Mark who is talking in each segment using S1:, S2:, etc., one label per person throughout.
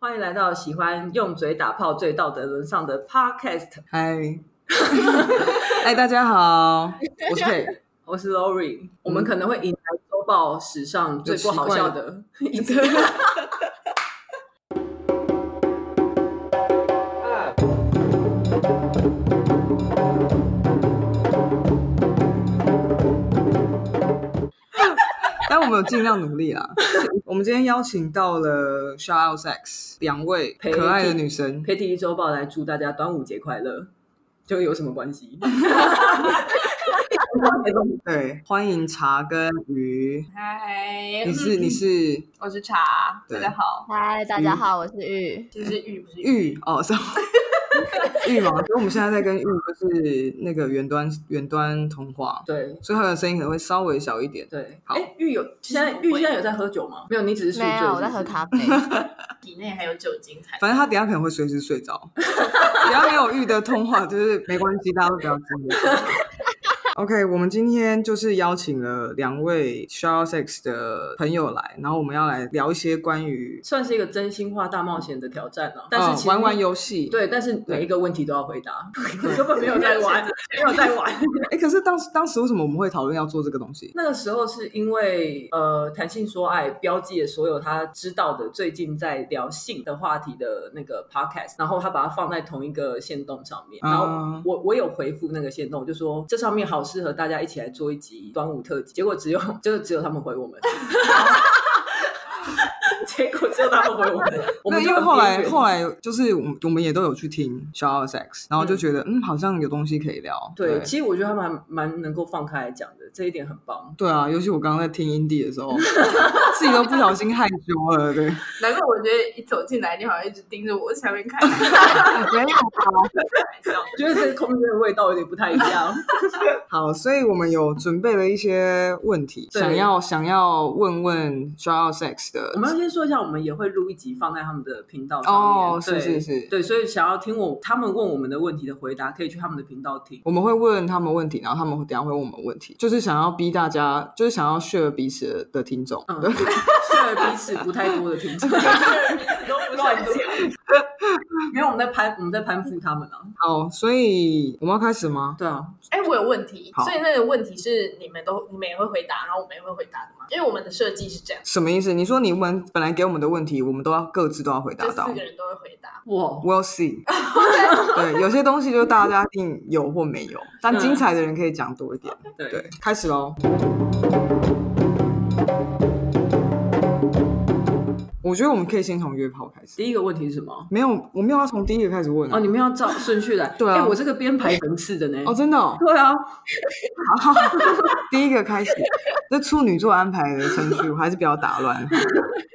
S1: 欢迎来到喜欢用嘴打炮、最道德沦丧的 Podcast，
S2: 嗨， 嗨，大家好，我是佩。
S1: 我是 Lori，、我们可能会迎来周报史上最不好笑的一次。
S2: 但我们有尽量努力啦。我们今天邀请到了 s h a o Sex 两位
S1: 陪
S2: 可爱的女生，
S1: 陪体育周报来祝大家端午节快乐，就有什么关系？
S2: 对，欢迎茶跟鱼。
S3: 嗨，
S2: 你是你是
S3: 我是茶，
S2: 嗯对
S3: 大家好，
S4: 嗨，大
S2: 嗯
S4: 家好，我是玉。
S3: 其实是玉不是玉，
S2: 玉哦，是 玉嘛？所以我们现在在跟玉就是那个远端远端通话，
S1: 对
S2: 所以他的声音可能会稍微小一点。
S1: 对，
S2: 好
S1: 哎，玉有现在
S3: 其实
S1: 玉
S3: 不会
S1: 现在有在喝酒吗？没有，你只是宿醉
S4: 没
S1: 是不
S4: 有，
S1: 是。
S4: 啊我在 喝咖啡。
S3: 体内还有酒精才。
S2: 反正他等一下可能会随时睡着， 只要没有遇的通话，就是没关系，大家都不要惊讶。OK，我们今天就是邀请了两位 s h a r Sex 的朋友来，然后我们要来聊一些关于
S1: 算是一个真心话大冒险的挑战啊了、但是
S2: 呃
S1: 其实
S2: 玩玩游戏。，
S1: 对，但是每一个问题都要回答， 根本没有在玩，没有在玩。
S2: 哎，可是当时当时为什么我们会讨论要做这个东西？
S1: 那个时候是因为呃，谈性说爱标记了所有他知道的最近在聊性的话题的那个 podcast，然后他把它放在同一个线动上面，
S2: 啊
S1: 然后我我有回复那个线动，我就说这上面好适合大家一起来做一集端午特辑，结果只有 就是只有他们回我们。 结果只有他们回我们，我们
S2: 那
S1: 就
S2: 因为
S1: 很
S2: 后来
S1: 边缘
S2: 后来就是我们我们也都有去听 s h a r Sex，然后就
S1: 嗯
S2: 觉得嗯好像有东西可以聊。
S1: 对，其实我觉得他们还蛮能够放开来讲的，这一点很棒。
S2: 对啊，尤其我刚刚在听 Indie 的时候， 自己都不小心害羞了。对，
S3: 难怪我觉得一走进来，你好像一直盯着我在前面 看，
S2: 没有
S1: 我觉得这个空间的味道有点不太一样。
S2: 好，所以我们有准备了一些问题，
S1: 对
S2: 想要想要问问 s h a r Sex
S1: 我
S2: 的
S1: 们要先说一下，我们也会录一集放在他们的频道上面。
S2: 哦，是
S1: 对
S2: 是。是，
S1: 对，所以想要听我他们问我们的问题的回答，可以去他们的频道听。
S2: 我们会问他们问题，然后他们会等一下会问我们问题，就是想要逼大家，就是想要 share 彼此的的听众。
S1: 嗯，虽然彼此不太多的听众，乱讲。没有，我们在攀我们在攀附他们啊。
S2: 好，所以我们要开始吗？
S1: 对啊，
S3: 哎，我有问题
S2: 好，
S3: 所以那个问题是你们都你们也会回答，然后我们也会回答的
S2: 嗯
S3: 吗？因为我们的设计是这样，
S2: 什么意思？你说你们本来给我们的问题，我们都要各自都要回
S3: 这
S2: 答
S3: 四
S2: 到。
S3: 个人都会回答。
S1: 哇，
S2: We'll see 对，有些东西就是大家一定有或没有，但精彩的人可以讲多一点。
S1: 对
S2: 对，开始喽。我觉得我们可以先从约炮开始。
S1: 第一个问题是什么？
S2: 没有，我没有要从第一个开始问啊
S1: 哦，你们要照顺序来。
S2: 对啊
S1: 哎我这个编排层次的呢。
S2: 哦，真的、 哦，
S1: 对啊，
S2: 好，第一个开始，这处女座安排的程序，我还是比较打乱。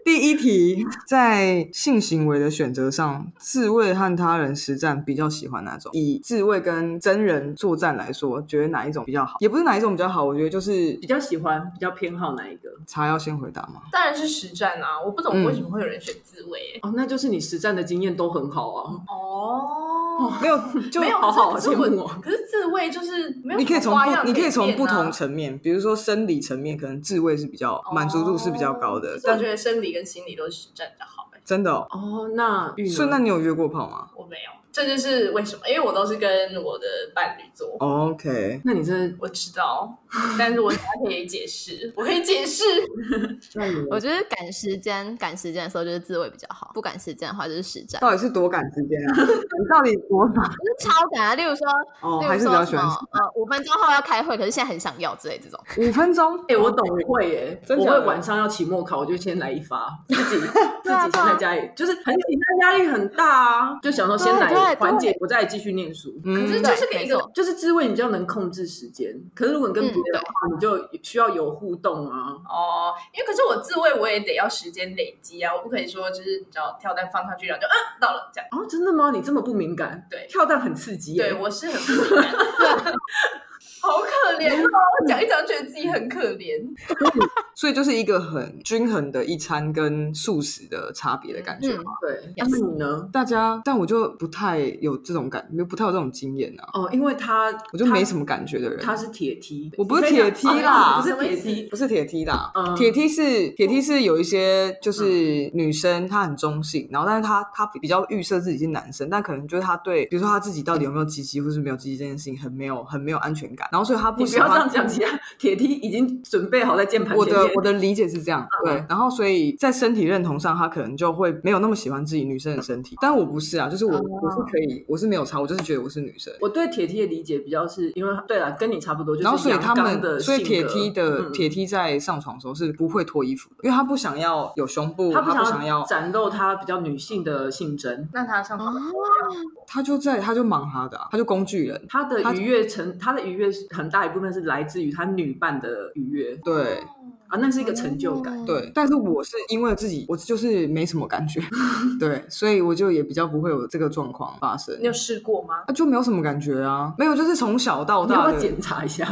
S2: 第一题，在性行为的选择上，自慰和他人实战比较喜欢哪种？以自慰跟真人作战来说，觉得哪一种比较好？也不是哪一种比较好，我觉得就是
S1: 比较喜欢，比较偏好哪一个？
S2: 茶要先回答嘛。
S3: 当然是实战啊，我不懂
S2: 嗯
S3: 为什么会有人选自卫。
S1: 哦，那就是你实战的经验都很好啊。
S3: 哦，
S2: 没有，就
S3: 没有，
S1: 好好
S3: 可是
S1: 羡慕
S3: 我
S1: 哦
S3: 可是自卫就是没有
S2: 你可以
S3: 什
S2: 从
S3: 么花样
S2: 不，你可以
S3: 以
S2: 从
S3: 变
S2: 不
S3: 啊
S2: 同层面，比如说生理层面，可能自慰是比较满足度是比较高
S3: 哦
S2: 的
S3: 可。是我
S2: 但
S3: 觉得生理跟心理都是实战比较好、欸。
S2: 真的、哦，
S1: 哦，那玉呢
S2: 所以那你有约过炮吗
S3: 我没有，这就是为什么，因为我都是跟我的伴侣做。
S2: 哦 ？OK，
S1: 那你真的
S3: 我知道，但是我还可以解释，我可以解释。
S1: 那你
S4: 我觉得赶时间，赶时间的时候就是自慰比较好，不赶时间的话就是实战，
S2: 到底是多赶时间啊？ 你到底多赶？
S4: 就是超赶啊。例如说，
S2: 哦，
S4: 例
S2: 还
S4: 如
S2: 是比较
S4: 说
S2: 喜
S4: 什
S2: 欢
S4: 么呃五分钟后要开会，可是现在很想要之类这种。
S2: 五分钟。
S1: 哎、我懂，我会耶、
S2: 真
S1: 我
S2: 假
S1: 会
S2: 的
S1: 晚上要期末考，我就先来一发，自己自
S4: 对啊
S1: 己先在家里，就是很紧张，压力很大啊，就想说先
S4: 对
S1: 来
S4: 对对
S1: 缓解，我再继续念书。
S2: 嗯
S3: 可是
S4: 对
S3: 这是给一
S4: 没
S3: 个
S4: 错
S1: 就是滋味，你比较能控制时间。可是如果你跟
S4: 嗯
S1: 别人的话，你就需要有互动啊。
S3: 哦，因为可是我自慰，我也得要时间累积啊，我不可以说就是你知道跳蛋放上去，然后就啊到了这样。
S1: 哦，真的吗？你这么不敏感？
S3: 对
S1: 跳蛋很刺激耶、
S3: 对我是很不敏感的， 好可怜哦！我讲一讲，觉得自己很可怜。
S2: 所以就是一个很均衡的一餐跟素食的差别的感觉
S3: 嗯
S2: 嘛。
S1: 对，那
S4: Yes
S1: 你呢？
S2: 大家，但我就不太有这种感，不太有这种经验啊，
S1: 哦，因为他
S2: 我就没什么感觉的人。
S1: 他，他是铁梯，
S2: 我不是铁梯啦
S1: 哦不是铁
S3: 什么意
S1: 梯，
S2: 不是铁梯啦
S1: 嗯，
S2: 铁、梯是铁梯是有一些就是女生她很中性，然后但是她她比较预设自己是男生，但可能就是她对，比如说她自己到底有没有鸡鸡或是没有鸡鸡这件事情很没有很没有安全感，然后所以她
S1: 你
S2: 不
S1: 不
S2: 喜
S1: 要
S2: 欢
S1: 这样讲，其他铁梯已经准备好在键盘
S2: 我
S1: 前
S2: 的
S1: 面。
S2: 我的理解是这样，
S1: 嗯
S2: 对，然后所以在身体认同上，他可能就会没有那么喜欢自己女生的身体，但我不是啊，就是我、我是可以，我是没有差，我就是觉得我是女生。
S1: 哦我对铁梯的理解比较是因为，对了，跟你差不多，就是
S2: 然后所以他
S1: 阳刚的
S2: 们，
S1: 性
S2: 所
S1: 格
S2: 以铁梯的、
S1: 嗯
S2: 铁梯在上床的时候是不会脱衣服的，因为他不想要有胸部，
S1: 他
S2: 他
S1: 不
S2: 想要，
S1: 展露他比较女性的性征，
S3: 那他
S2: 嗯
S3: 上床
S4: 嗯
S3: 的时候
S2: 他就在他就忙他的啊、他就工具人，
S1: 他的
S2: 他
S1: 愉悦成他的愉悦很大一部分是来自于他女伴的愉悦
S2: 对。
S1: 啊，那是一个成就感。
S4: 哦
S2: 对，但是我是因为自己，我就是没什么感觉， 对，所以我就也比较不会有这个状况发生
S3: 你，有试过吗？
S2: 啊，就没有什么感觉啊，没有，就是从小到
S1: 你要
S2: 大
S1: 不
S2: 的
S1: 要检查一 下？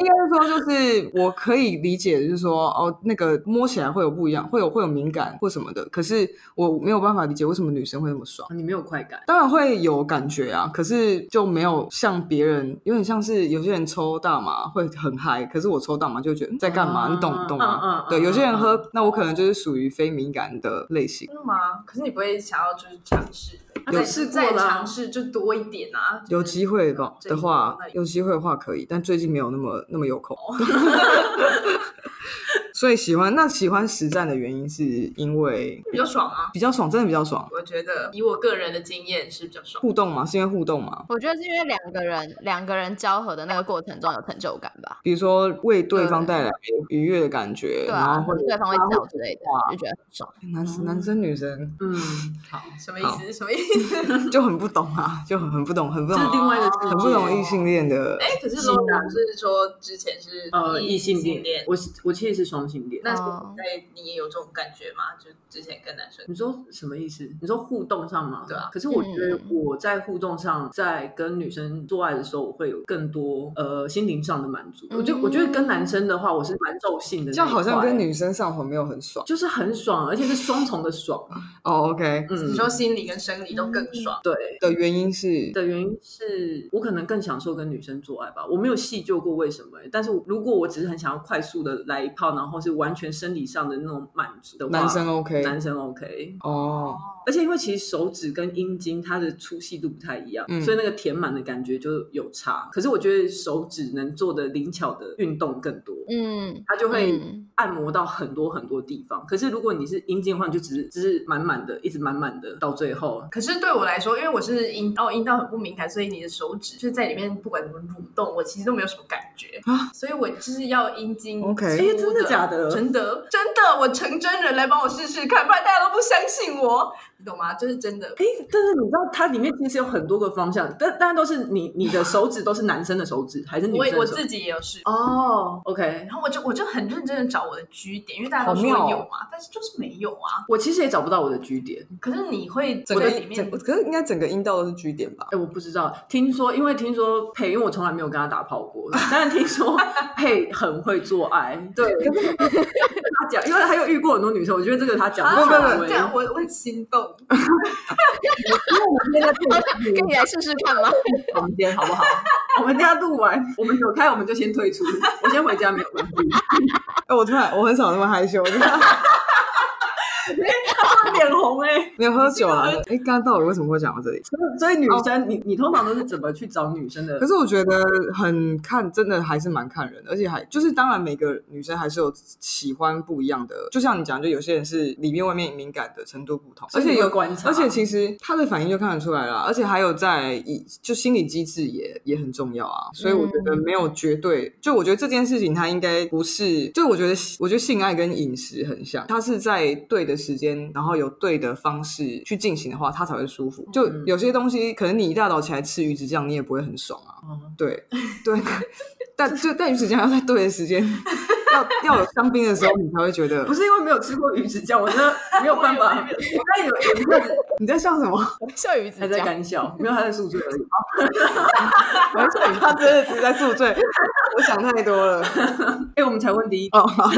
S2: 应该是说，就是我可以理解，就是说，哦，那个摸起来会有不一样，会有会有敏感或什么的。可是我没有办法理解为什么女生会那么爽。
S1: 你没有快感，
S2: 当然会有感觉啊，可是就没有像别人，有点像是有些人抽大麻会很嗨，可是我抽大麻就觉得嗯在干嘛？
S1: 嗯
S2: 你懂
S1: 嗯
S2: 懂吗？
S1: 嗯嗯
S2: 对，有些人
S1: 嗯
S2: 喝，那我可能就是属于非敏感的类型。
S3: 真的吗？可是你不会想要就是尝试，
S1: 啊
S3: 再
S1: 有试过
S3: 再
S1: 啦
S3: 尝试就多一点啊。就是
S2: 有机会吧
S3: 这一
S2: 的
S3: 步
S2: 话
S3: 那，一步
S2: 有机会的话可以，但最近没有那么那么 有空。所以喜欢那喜欢实战的原因是因为
S3: 比较爽啊。
S2: 比较爽，真的比较爽。
S3: 我觉得以我个人的经验是比较爽。
S2: 互动嘛，是因为互动嘛。
S4: 我觉得是因为两个人两个人交合的那个过程中有成就感吧，
S2: 比如说为对方
S4: 对
S2: 带来愉悦的感觉，
S4: 对
S2: 然
S4: 啊，
S2: 后
S4: 或
S2: 或
S4: 者
S2: 者
S4: 对方会叫之类的，就觉得很爽。
S2: 男男生女生
S1: 嗯，好，
S3: 什么意思？什么意思？
S2: 就很不懂啊，就很很不懂，很不
S1: 这
S2: 懂，
S1: 是另外的世界，
S2: 啊很不懂异性恋的。
S3: 哎，可是罗老是说之前是
S1: 呃异性
S3: 恋
S1: 恋。，我是我其实是双性恋。
S3: 那
S4: 哦
S3: 在你也有这种感觉吗？就之前跟男生
S1: 你说什么意思？你说互动上吗？
S3: 对啊
S1: 可是我觉得
S4: 嗯
S1: 我在互动上，在跟女生做爱的时候，我会有更多呃心灵上的满足。我就我觉得跟男生的话，我是蛮肉性的那一
S2: 这
S1: 块，
S2: 样好像跟女生上床没有很爽
S1: 就是很爽，而且是双重的爽。
S2: 哦。OK，
S1: 嗯，
S3: 你说心理跟生理都更爽，
S1: 对。
S2: 的原因是
S1: 的原因是我可能更享受跟女生做爱吧，我没有细究过为什么、但是如果我只是很想要快速的来一炮，然后是完全生理上的那种满足的话，
S2: 男生 OK
S1: 男生 OK，
S2: 哦，
S1: 而且因为其实手指跟阴茎它的粗细度不太一样，
S2: 嗯
S1: 所以那个填满的感觉就有差。可是我觉得手指能做的灵巧的运动更多，
S4: 嗯，
S1: 它就会
S4: 嗯
S1: 按摩到很多很多地方。可是如果你是阴茎的话，你就只是只是满满的，一直满满的到最后。
S3: 可是对我来说，因为我是阴哦阴道很不敏感，所以你的手指就是在里面不管怎么蠕动，我其实都没有什么感觉
S2: 啊
S3: 所以我就是要阴茎
S2: OK
S3: 粗
S1: 哎真的假的
S3: 真的真的，我成真人来帮我试试看，不然大家都不相信我，你懂吗？这是真的。
S1: 哎，但是你知道它里面其实有很多个方向，但但都是你你的手指都是男生的手指还是女
S3: 我
S1: 生的手
S3: 我
S1: 指？
S3: 自己也有试，
S1: 哦，OK，
S3: 然后我就我就很认真的找我的居点，因为大家都说
S2: 好妙哦
S3: 有嘛，但是就是没有啊。
S1: 我其实也找不到我的据点。
S3: 可是你会
S2: 整
S3: 我
S2: 个
S3: 在里面
S2: 整，可是应该整个阴道都是 G 点吧？
S1: 哎、我不知道，听说因为听说佩，因为我从来没有跟他打炮过，但是听说佩很会做爱，对，他讲，因为他有遇过很多女生，我觉得这个他讲
S3: 啊
S1: 的
S2: 不不不
S1: 很
S3: 这样我我很心动。
S4: 跟你来试试看吗？
S1: 房间好不好？ 我们等一下录完，我们有开我们就先退出，我先回家没有关系。
S2: 哎，我突然我很少那么害羞，就是
S1: 脸红哎、
S2: 没有喝酒啦。哎，刚刚到底为什么会讲到这里？
S1: 所以女生，你你通常都是怎么去找女生的
S2: 可？是我觉得很看，真的还是蛮看人的，而且还就是当然每个女生还是有喜欢不一样的，就像你讲，就有些人是里面外面敏感的程度不同，
S1: 所
S2: 而
S1: 以你
S2: 且
S1: 会
S2: 有
S1: 观察
S2: 而且其实她的反应就看得出来了，而且还有在以就心理机制也也很重要啊，所以我觉得
S1: 嗯
S2: 没有绝对，就我觉得这件事情它应该不是，就我觉得我觉得性爱跟饮食很像，它是在对的时间，然后有对的方式去进行的话，它才会舒服。就
S1: 嗯
S2: 有些东西可能你一大早起来吃鱼子酱，你也
S1: 嗯
S2: 不会很爽啊。对对，但就但与此这样要在对的时间，要要有香槟的时候，你才会觉得
S1: 不是因为没有吃过鱼子酱，我真的没有办
S3: 我以
S1: 法。
S3: 为没有
S1: 我刚才有有一阵子
S2: 你在笑什么？
S4: 笑鱼子
S1: 还在
S4: 酱，
S1: 干笑，没有他在宿醉而已。
S2: 我在笑你，他真的只是在宿醉，我想太多了。
S1: 哎、我们才问第一，
S2: 哦、好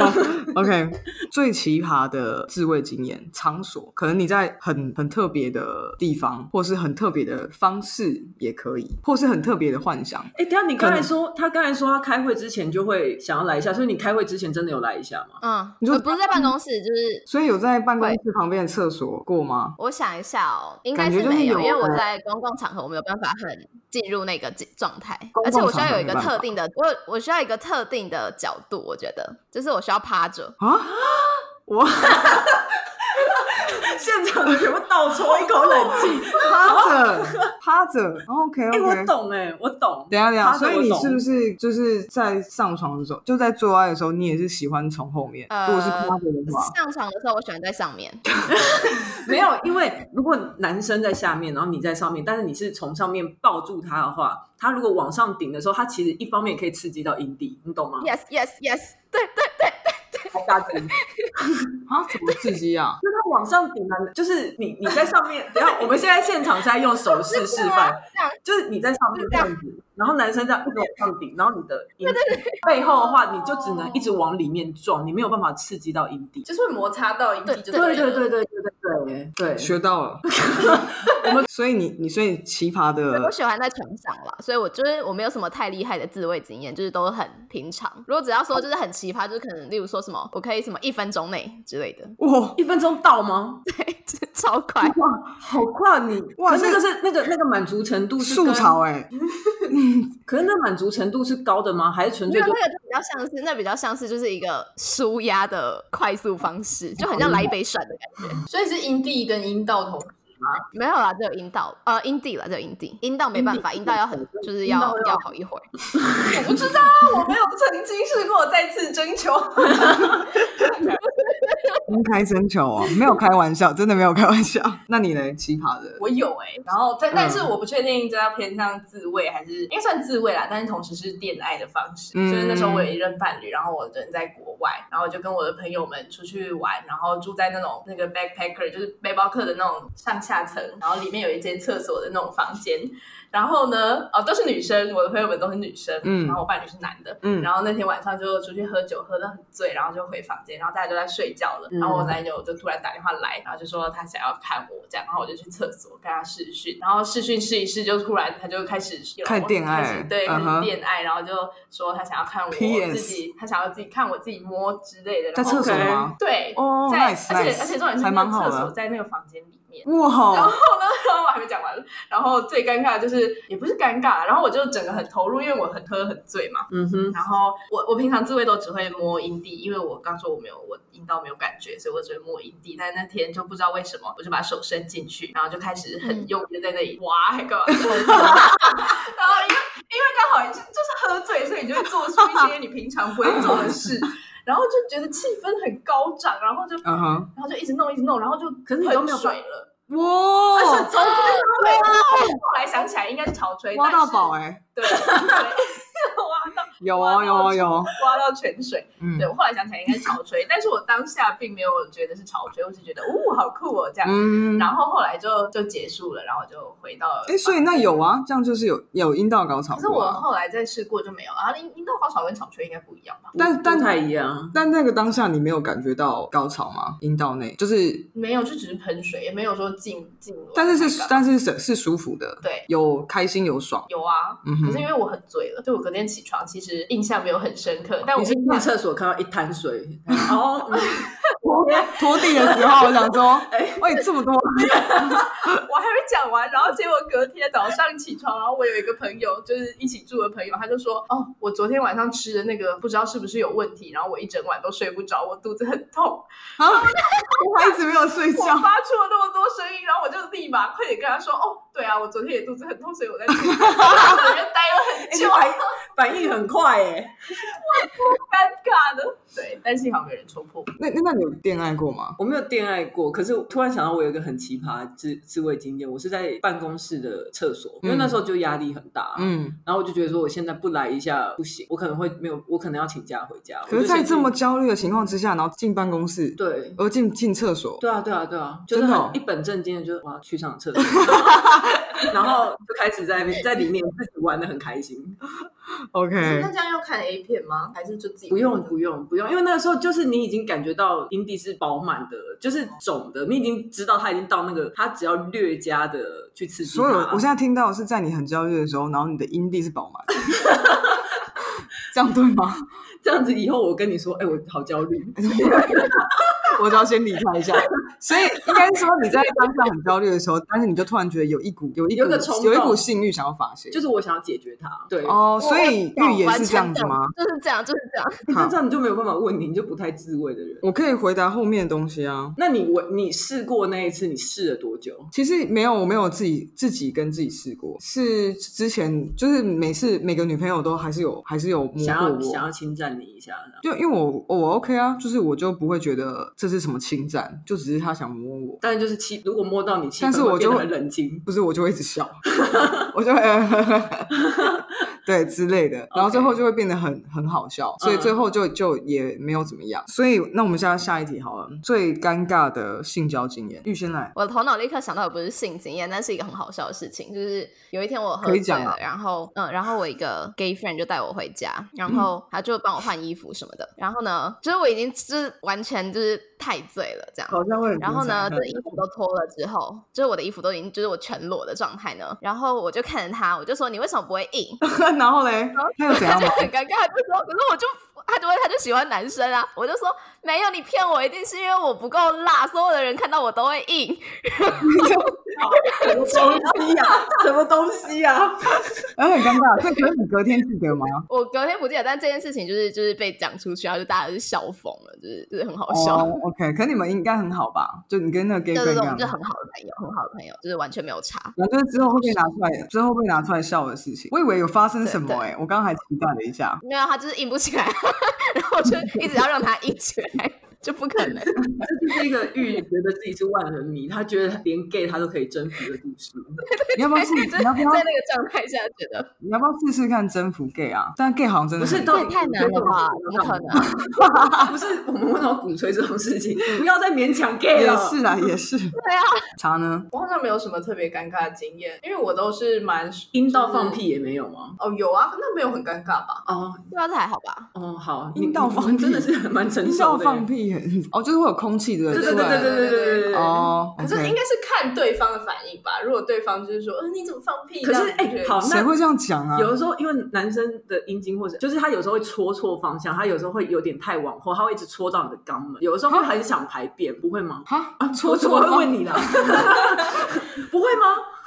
S2: o k 最奇葩的自慰经验场所，可能你在很很特别的地方，或是很特别的方式也可以，或是很特别的幻想。
S1: 哎、等一下你刚才说他刚才说他开会之前就会想要来一下，所以你开会之前真的有来一下吗？
S4: 嗯，
S2: 你说
S4: 我不是在办公室，就是
S2: 所以有在办公室旁边的厕所过吗？
S4: 我想一下哦，应
S2: 感
S4: 该
S2: 觉
S4: 是
S2: 就是
S4: 没有，
S2: 有
S4: 因为我
S2: 欸
S4: 在公共场合我没有办法很进入那个进状态
S2: 公，
S4: 而且
S2: 共
S4: 我需
S2: 场
S4: 要
S2: 合
S4: 有一个
S2: 没办
S4: 特
S2: 法
S4: 定的，我我需要一个特定的角度，我觉得就是我需要趴着，
S2: 啊，
S1: 我现场的全部倒抽一口冷气。
S2: 趴着，趴着 ，OK
S1: 哎、
S2: OK
S1: 我。懂哎、我懂。
S2: 等一下，等一
S1: 趴
S2: 下，
S1: 着
S2: 所以你
S1: 我懂
S2: 是不是就是在上床的时候，就在做爱的时候，你也是喜欢从后面？
S4: 呃
S2: 如果是趴着 的话，
S4: 上场的时候我喜欢在上 面，
S1: 没有，因为如果男生在下面，然后你在上面，但是你是从上面抱住他的话，他如果往上顶的时候，他其实一方面也可以刺激到阴蒂，你懂吗？
S4: yes yes yes，对对
S1: 好大声，就是
S2: 啊，怎么刺激啊？
S1: 他往上顶的，就是你你在上面，等一 下我们现在现场是在用手势示范
S4: 这样，
S1: 就是你在上面这样子，然后男生这样一直往上顶，然后你的阴蒂背后的话，你就只能一直往里面撞，你没有办法刺激到阴蒂。
S3: 就是会摩擦到阴蒂，就
S4: 对
S1: 对
S3: 对
S1: 对对
S3: 了
S1: 对对对对对，
S2: 学到 了，我们所以你你所以奇葩的
S4: 我喜欢在床上啦，所以我就是我没有什么太厉害的自慰经验，就是都很平常。如果只要
S2: 哦
S4: 说就是很奇葩，就是可能例如说什么我可以什么一分钟内之类的，
S2: 哇
S1: 一分钟到吗？
S4: 对，就是超快。
S1: 哇，好快！你
S2: 哇
S1: 可是那
S2: 这
S1: 个是那个那个满足程度是
S2: 素
S1: 跟，
S2: 潮哎、欸，
S1: 可是那满足程度是高的吗？还是纯
S4: 没
S1: 粹
S4: 有，
S1: 就
S4: 那个就比较像是，那比较像是就是一个舒压的快速方式，就
S2: 哦
S4: 很像
S2: 嗯
S4: 来一杯水的感
S3: 所以是阴蒂跟阴道同
S4: 觉。没有啦，只有阴道，呃，阴蒂啦，只有阴蒂，阴道没办法，阴道要很就是
S1: 阴
S4: 要
S1: 道要
S4: 要好一会儿。
S3: 我不知道，我没有曾经试过，再次征求。
S2: 公开征求啊，没有开玩笑，真的没有开玩笑。 那你嘞，奇葩的，
S3: 我有哎、然后但但是
S2: 嗯
S3: 我不确定这要偏向自慰还是应该算自慰啦，但是同时是恋爱的方式。
S2: 嗯
S3: 就是那时候我有一任伴侣，然后我人在国外，然后我就跟我的朋友们出去玩，然后住在那种那个 backpacker，就是背包客的那种上下层，然后里面有一间厕所的那种房间。然后呢，哦，都是女生，我的朋友们都是女生，
S2: 嗯
S3: 然后我伴侣是男的，
S2: 嗯
S3: 然后那天晚上就出去喝酒，喝得很醉，然后就回房间，然后大家都在睡觉了。
S1: 嗯
S3: 然后我男友就突然打电话来，然后就说他想要看我这样，然后我就去厕所跟他视讯，然后视讯试一试，就突然他就开始有
S2: 开始恋爱
S3: 开始对，开
S2: 嗯哼
S3: 始恋爱，然后就说他想要看我
S2: PS
S3: 自己，他想要自己看我自己摸之类的，
S2: 在
S3: 然后
S2: 厕所吗？
S3: 对，
S2: 哦
S3: 在，而
S2: nice，
S3: 且
S2: nice，
S3: 而且重点是
S2: 还
S3: 那
S2: 蛮
S3: 个
S2: 好
S3: 厕
S2: 的
S3: 所在那个房间里面。 然后
S2: 哇，
S3: 呢，然后我还没讲完，然后最尴尬的就是也不是尴尬，然后我就整个很投入，因为我很喝很醉嘛。
S1: 嗯哼？
S3: 然后我我平常自慰都只会摸阴蒂，因为我刚说我没有我阴道没有感觉，所以我只会摸阴蒂。但那天就不知道为什么，我就把手伸进去，然后就开始很
S4: 嗯
S3: 用力的在那里挖，还干嘛？然后因为因为刚好就就是喝醉，所以你就会做出一些你平常不会做 的事，然后就觉得气氛很高涨，然后就
S2: 嗯哼，
S3: 然后就一直弄一直弄，然后就
S1: 可是你都
S3: 喷
S1: 没有
S3: 水
S1: 办
S3: 了。
S2: 哇，
S3: 从后来想起来应该是潮吹，
S2: 挖到宝
S3: 哎、
S2: 哎、
S3: 对，对 挖到
S2: 有哦有哦有哦，
S3: 挖到泉水，
S2: 嗯
S3: 对我后来想起来应该是潮吹，但是我当下并没有觉得是潮吹，我只觉得哦好酷哦这样，
S2: 嗯，
S3: 然后后来就就结束了，然后我就回到
S2: 哎、所以那有啊，这样就是有有阴道高潮
S3: 可是
S2: 过
S3: 我
S2: 啊、
S3: 后来再试过就没有啊了，然后阴阴道高潮跟潮吹应该不一样吧？
S2: 但
S1: 不
S2: 但
S1: 太一样。
S2: 但那个当下你没有感觉到高潮吗？阴道内就是，
S3: 没有，就只是喷水，也没有说进进入，
S2: 但是是但是是是舒服的，
S3: 对
S2: 有开心有爽，
S3: 有啊。
S2: 嗯
S3: 可是
S2: 哼，
S3: 因为我很醉了，所以我隔天起床其实印象没有很深刻，但我
S1: 你是
S3: 印
S1: 去
S3: 象
S1: 厕所看到一滩水，哦，嗯
S2: 拖地的时候我想 说，
S1: 哎
S2: 喂、这么多，
S3: 我还没讲完，然后结果隔天早上起床，然后我有一个朋友，就是一起住的朋友，他就说：“哦，我昨天晚上吃的那个不知道是不是有问题，然后我一整晚都睡不着，我肚子很痛，
S2: 啊，我还一直没有睡
S3: 我
S2: 觉。
S3: 发出了那么多声音，然后我就立马快点跟他说：‘哦，对啊，我昨天也肚子很痛，所以我在这里我就待了很
S1: 哎，你，
S3: 久
S1: 反反应很快哎、
S3: 尴尬的。对，但幸好没人戳破我。
S2: 那那那你有恋爱过吗？
S1: 我没有恋爱过，可是突然想到我有一个很奇葩的自自慰经验，我是在办公室的厕所，因为
S2: 嗯
S1: 那时候就压力很大，
S2: 嗯，
S1: 然后我就觉得说我现在不来一下不行，我可能会没有，我可能要请假回家。
S2: 可
S1: 我
S2: 是，在
S1: 就先去
S2: 这么焦虑的情况之下，然后进办公室，
S1: 对
S2: 而进进厕所，
S1: 对啊，对啊，对啊，就是
S2: 真的
S1: 很
S2: 哦
S1: 一本正经的，就是我要去上厕 所，然后就开始在在里面自己玩的很开心。
S2: ，OK，
S3: 那这样要看 A 片吗？还是就自己
S1: 不用，不用，不用，因为那个时候就是你已经感觉到阴蒂是饱满的，就是肿的，你已经知道它已经到那个，它只要略加的去刺激
S2: 所有
S1: 它。
S2: 我现在听到的是在你很焦虑的时候，然后你的阴蒂是 饱满的，这样对吗？
S1: 这样子以后，我跟你说，哎、我好焦虑。
S2: 我就要先离开 一下。所以应该说你在当下很焦虑的时候，但是你就突然觉得有一股有一股
S1: 有一个冲动
S2: 有一股性欲想要发泄，
S1: 就是我想要解决它，对，
S2: 哦，所以
S4: 我
S2: 欲也是这样子吗？？
S4: 我完全懂就是这样，就是这样。
S1: 那
S2: 好
S1: 这，样你就没有办法问你，你就不太自慰的人。
S2: 我可以回答后面的东西啊。
S1: 那你我你试过那一次，你试了多久？
S2: 其实没有，我没有自己自己跟自己试过，是之前就是每次每个女朋友都还是有还是有摸
S1: 想
S2: 过
S1: 要
S2: 我，
S1: 想要侵占你一下，这样
S2: 就因为我我 OK 啊，就是我就不会觉得这是什么侵占，就只是他想摸我，
S1: 但是就是气，如果摸到你气，
S2: 但是我就
S1: 变得很冷静。
S2: 不是我就会一直笑，我就会 对之类的，然后最后就会变得很很好笑，所
S1: 嗯
S2: 以最后就就也没有怎么样。所以那我们现在下一题好了，最尴尬的性交经验，预先来，
S4: 我的头脑立刻想到，不是性经验，但是一个很好笑的事情，就是有一天我喝
S2: 可以
S4: 醉
S2: 讲
S4: 了
S2: 啊，
S4: 然后嗯，然后我一个 gay friend 就带我回家，
S2: 嗯
S4: 然后他就帮我换衣服什么的，然后呢，就是我已经就是完全就是太醉了这样，
S2: 好像会很
S4: 然后呢，这
S2: 精彩嗯
S4: 衣服都脱了之后，就是我的衣服都已经就是我全裸的状态呢。然后我就看着他，我就说你为什么不会硬？
S2: 然后嘞，他又怎
S4: 他
S2: 样
S4: 就
S2: 吗？
S4: 很尴尬，他就说可是我就。他就会，他就喜欢男生啊！我就说没有，你骗我，一定是因为我不够辣，所有的人看到我都会硬。
S1: 什么东西呀、 什么东西啊呀、
S2: 然后哎很尴尬，这可是你隔天记得吗？
S4: 我隔天不记得，但这件事情就是就是被讲出去，然后就大家就笑疯了，就是就是很好笑。
S2: 哦、OK，可你们应该很好吧？就你跟那个 gay
S4: 对
S2: friend
S4: 对
S2: 一
S4: 对，我
S2: 样啊
S4: 们就。很好的朋友，很好的朋友，就是完全没有差。
S2: 然后就是之后会被拿出来，之后被拿出来笑的事情。我以为有发生什么
S4: 对对
S2: 哎、我刚刚还期待了一下。
S4: 没有，啊他就是硬不起来， 然后 我就一直要让他硬起来，就不可能。
S1: 这就是一个玉觉得自己是万人迷，他觉得连 gay 他都可以征服的故事。
S2: 你要不要试？
S4: 就是
S2: 你要不要
S4: 在那？个状态下觉得
S2: 你要不要试试看征服 gay 啊？但 gay 好像真的
S1: 不是
S2: 很
S1: 到
S4: 这
S1: 底
S4: 也太难了吧？怎么可能？
S1: 不是我们为什么鼓吹这种事情？不要再勉强 gay
S2: 也
S1: 了。
S2: 是啦，也是。
S4: 对啊，
S2: 茶呢？
S3: 我好像没有什么特别尴尬的经验，因为我都是蛮
S1: 阴道放。屁也没有吗？
S3: 哦，有啊，那没有很尴尬吧？
S1: 哦
S4: 对啊，这还好吧？
S1: 哦，好，你
S2: 阴道
S1: 你
S2: 放
S1: 你真
S2: 屁
S1: 的是蛮成
S2: 阴
S1: 熟的
S2: 道
S1: 耶。
S2: 放屁哦，就是会有空气的
S1: 对
S2: 出
S1: 对对对
S2: 来。
S1: 对对对对对。
S2: 哦，
S3: 可是
S2: OK
S3: 应该是看对方的反应吧。如果对方就是说，嗯、你怎么放屁？
S1: 可是
S3: 这样
S1: 哎
S3: 子
S1: 好
S2: 谁会这样讲啊？
S1: 有的时候，因为男生的阴茎或者就是他有时候会戳错方向，他有时候会有点太往后，他会一直戳到你的肛门。有的时候会很想排便，不会吗？
S2: 哈，
S1: 我
S2: 戳
S1: 我
S2: 错
S1: 会
S2: 方
S1: 问你 啦，不会吗？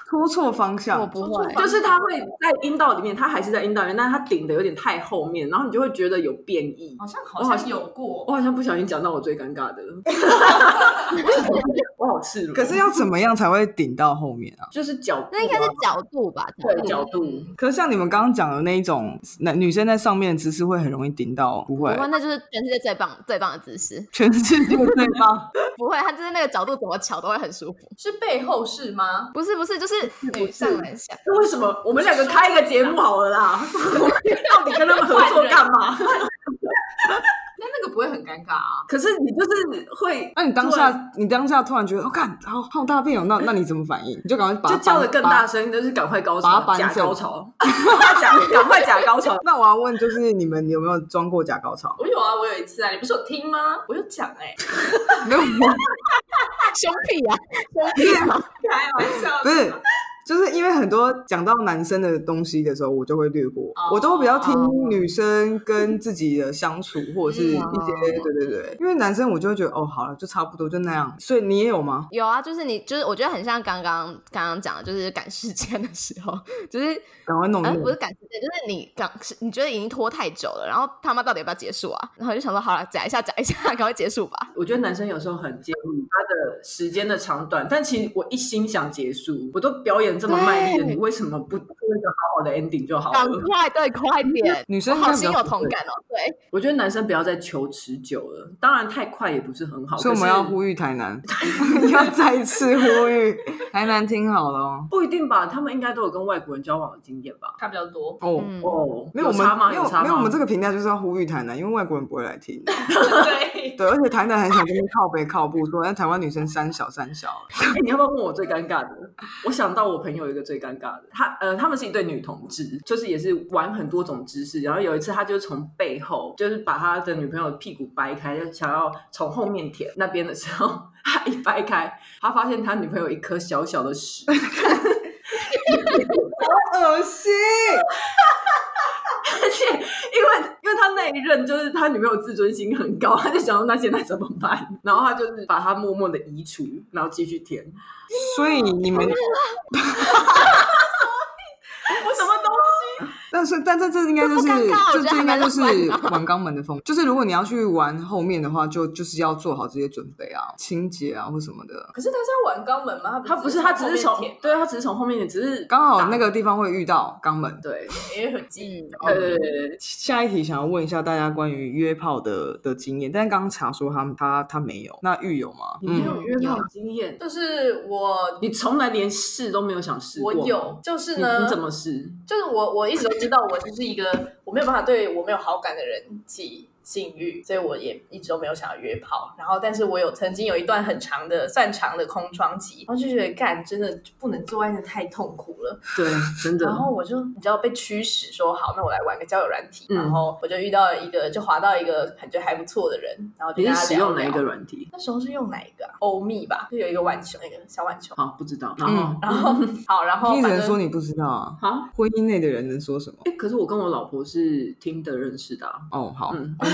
S2: 戳错方向。
S4: 我不会，
S1: 就是他会在阴道里面，他还是在阴道里面，但是他顶的有点太后面，然后你就会觉得有变异。
S3: 好像
S1: 我好
S3: 好
S1: 像
S3: 像有过，
S1: 我好像不小心讲到我最尴尬的， 我好赤裸。
S2: 可是要怎么样才会顶到后面啊？
S1: 就是角度啊，
S4: 那应该是角度吧？
S1: 对角度，
S2: 可是像你们刚刚讲的那一种，男女生在上面的姿势会很容易顶到，不
S4: 不
S2: 会？
S4: 会，那就是全世界最棒最棒的姿势。
S2: 全世界最 棒，
S4: 不会，他就是那个角度怎么巧都会很舒服。
S3: 是背后是吗？
S4: 不是不是，就是女上男下。
S1: 那为什么我们两个开一个节目好了啦？ 到底跟他们合作干嘛？
S3: 那那个不会很尴尬啊？
S1: 可是你就是会，
S2: 那你当下，你当下突然觉得，哦，看，好好大便哦，那那你怎么反应？你就赶快把它
S1: 就叫的
S2: 搬
S1: 更大。声，就是赶快高
S2: 把
S1: 潮，
S2: 它搬
S1: 假
S2: 正
S1: 高潮， 假赶快假高潮
S2: 搬。那我要问，就是你们有没有装过假 高潮？
S3: 我有啊，我有一次啊，你不是有听吗？我有讲哎、
S2: 没有，
S4: 胸屁 啊，胸屁啊！
S3: 开玩笑
S2: 不是，就是因为很多讲到男生的东西的时候，我就会略过，
S3: 哦
S2: 我都比较听女生跟自己的相处，或者是一
S1: 哦
S2: 些、
S4: 嗯
S2: 对对对，因为男生我就会觉得，哦，好了，就差不多就那样。所以你也有吗？
S4: 有啊，就是你，就是我觉得很像刚刚刚刚讲的，就是赶时间的时候，就是
S2: 赶快弄一
S4: 呃
S2: 弄
S4: 不是赶时间，就是你赶是你觉得已经拖太久了，然后他妈到底要不要结束啊？然后就想说好了，假一下假一下，赶快结束吧。
S1: 我觉得男生有时候很介意他的时间的长短，但其实我一心想结束，我都表演这么卖力了，你为什么不做一个好好的 ending 就好
S4: 赶
S1: 了？
S4: 快，对， 快点！
S2: 哦女生
S4: 我
S2: 应该
S4: 好
S2: 比较
S4: 心有同
S2: 不会
S4: 感哦，对，
S1: 我觉得男生不要再求持久了，当然太快也不是很好。
S2: 所以我们
S1: 可
S2: 要
S1: 是
S2: 呼吁台南， 要再一次呼吁台南，听好了哦。
S1: 不一定吧？他们应该都有跟外国人交往的经验吧？
S3: 他比较多。
S2: 哦，
S4: 嗯，
S1: 哦，
S2: 没有我们
S1: 差吗？
S2: 没有
S1: 差吗？
S2: 没有我们这个频道就是要呼吁台南，因为外国人不会来听。
S3: 对，
S2: 对，而且台南很想跟你靠北靠步说，那哎台湾女生三小三小，
S1: 哎、你要不要问我最尴尬的？我想到我朋友有一个最尴尬的，他呃，他们是一对女同志，就是也是玩很多种姿势。然后有一次，他就从背后，就是把他的女朋友的屁股掰开，就想要从后面舔那边的时候， 他一掰开，他发现他女朋友有一颗小小的屎，
S2: 恶心。
S1: 而且因为因为他那一任就是他女朋友自尊心很高， 他就想说那现在怎么办？ 然后他就是把他默默的移除，然后继续舔。
S2: 所以你们，
S1: 我什么东
S2: 但是但这这应该就是
S4: 这不尴尬
S2: 这
S4: 我觉得
S2: 这应该就是
S4: 还蛮浪漫
S2: 玩肛门的风，就是如果你要去玩后面的话，就就是要做好这些准备啊，清洁啊或什么的。
S3: 可是他是要玩肛门吗？
S1: 他不是，他只是从
S3: 后面舔
S1: 对他只是从后面舔，只是
S2: 刚好那
S1: 个
S2: 个地方会遇到肛门。
S1: 对。
S3: 因哎为很近，
S1: 对对对对对，
S2: 下一题想要问一下大家关于约炮的的经验，但刚刚查说他们他他没有，那玉有吗？
S1: 你没有
S4: 嗯
S1: 约炮的经验，
S3: 就是我。
S1: 你从来连试都没有想试
S3: 我
S1: 过。
S3: 有，就是
S1: 你
S3: 呢，
S1: 你怎么试？
S3: 就是我我一直都知道，我就是一个我没有办法对我没有好感的人起性欲，所以我也一直都没有想要约炮。然后，但是我有曾经有一段很长的、算长的空窗期，然后就觉得干真的不能做爱，真的太痛苦了。
S1: 对，真的
S3: 然。后我就你知道被驱使说好，那我来玩个交友软体，
S1: 嗯
S3: 然后我就遇到了一个就滑到一个感觉还不错的人，然后就
S1: 你
S3: 跟
S1: 是
S3: 他
S1: 使
S3: 聊
S1: 用哪一个
S3: 聊？
S1: 软体？
S3: 那时候是用哪一个、啊？欧蜜吧，就有一个浣熊，那个小浣熊。
S1: 好，不知道。然后
S3: 然后好，然后
S2: 你只
S3: 反
S2: 能说
S3: 正
S2: 你不知道啊，
S1: 好，
S2: 婚姻内的人能说什么？
S1: 哎，可是我跟我老婆是听的认识的啊。
S2: 哦，好，
S1: 嗯
S2: 欧米，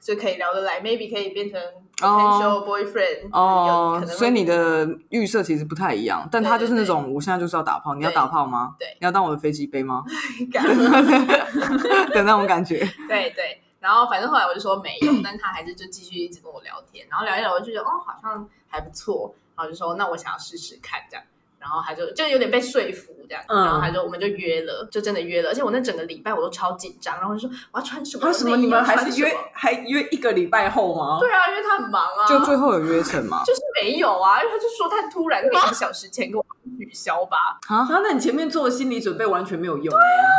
S3: 就可以聊得来，maybe 可以变成 potential boyfriend 有
S2: 哦
S3: 可，能会啊
S2: 所以你的预设其实不太一样，但他就是那
S3: 对
S2: 种我现在就是要打炮，你要打炮吗？
S3: 对
S2: 你要当我的飞机杯吗？
S3: 感
S2: 的那种感觉。
S3: 对对，然后反正后来我就说没有， 但他还是就继续一直跟我聊天，然后聊一聊，我就觉得哦，好像还不错，然后就说那我想要试试看这样，然后他就就有点被说服这样，
S1: 嗯
S3: 然后他就我们就约了，就真的约了，而且我那整个礼拜我都超紧张，然后我就说我要穿什么，
S1: 为什么
S3: 内衣
S1: 你们
S3: 要穿
S1: 还是约
S3: 什么
S1: 还约一个礼拜后吗？
S3: 对啊，因为他很忙啊，
S2: 就最后有约成嘛？
S3: 就是没有啊，因为他就说他突然那个一个小时前跟我取消吧，
S2: 啊！
S1: 然后那你前面做的心理准备完全没有用。对啊，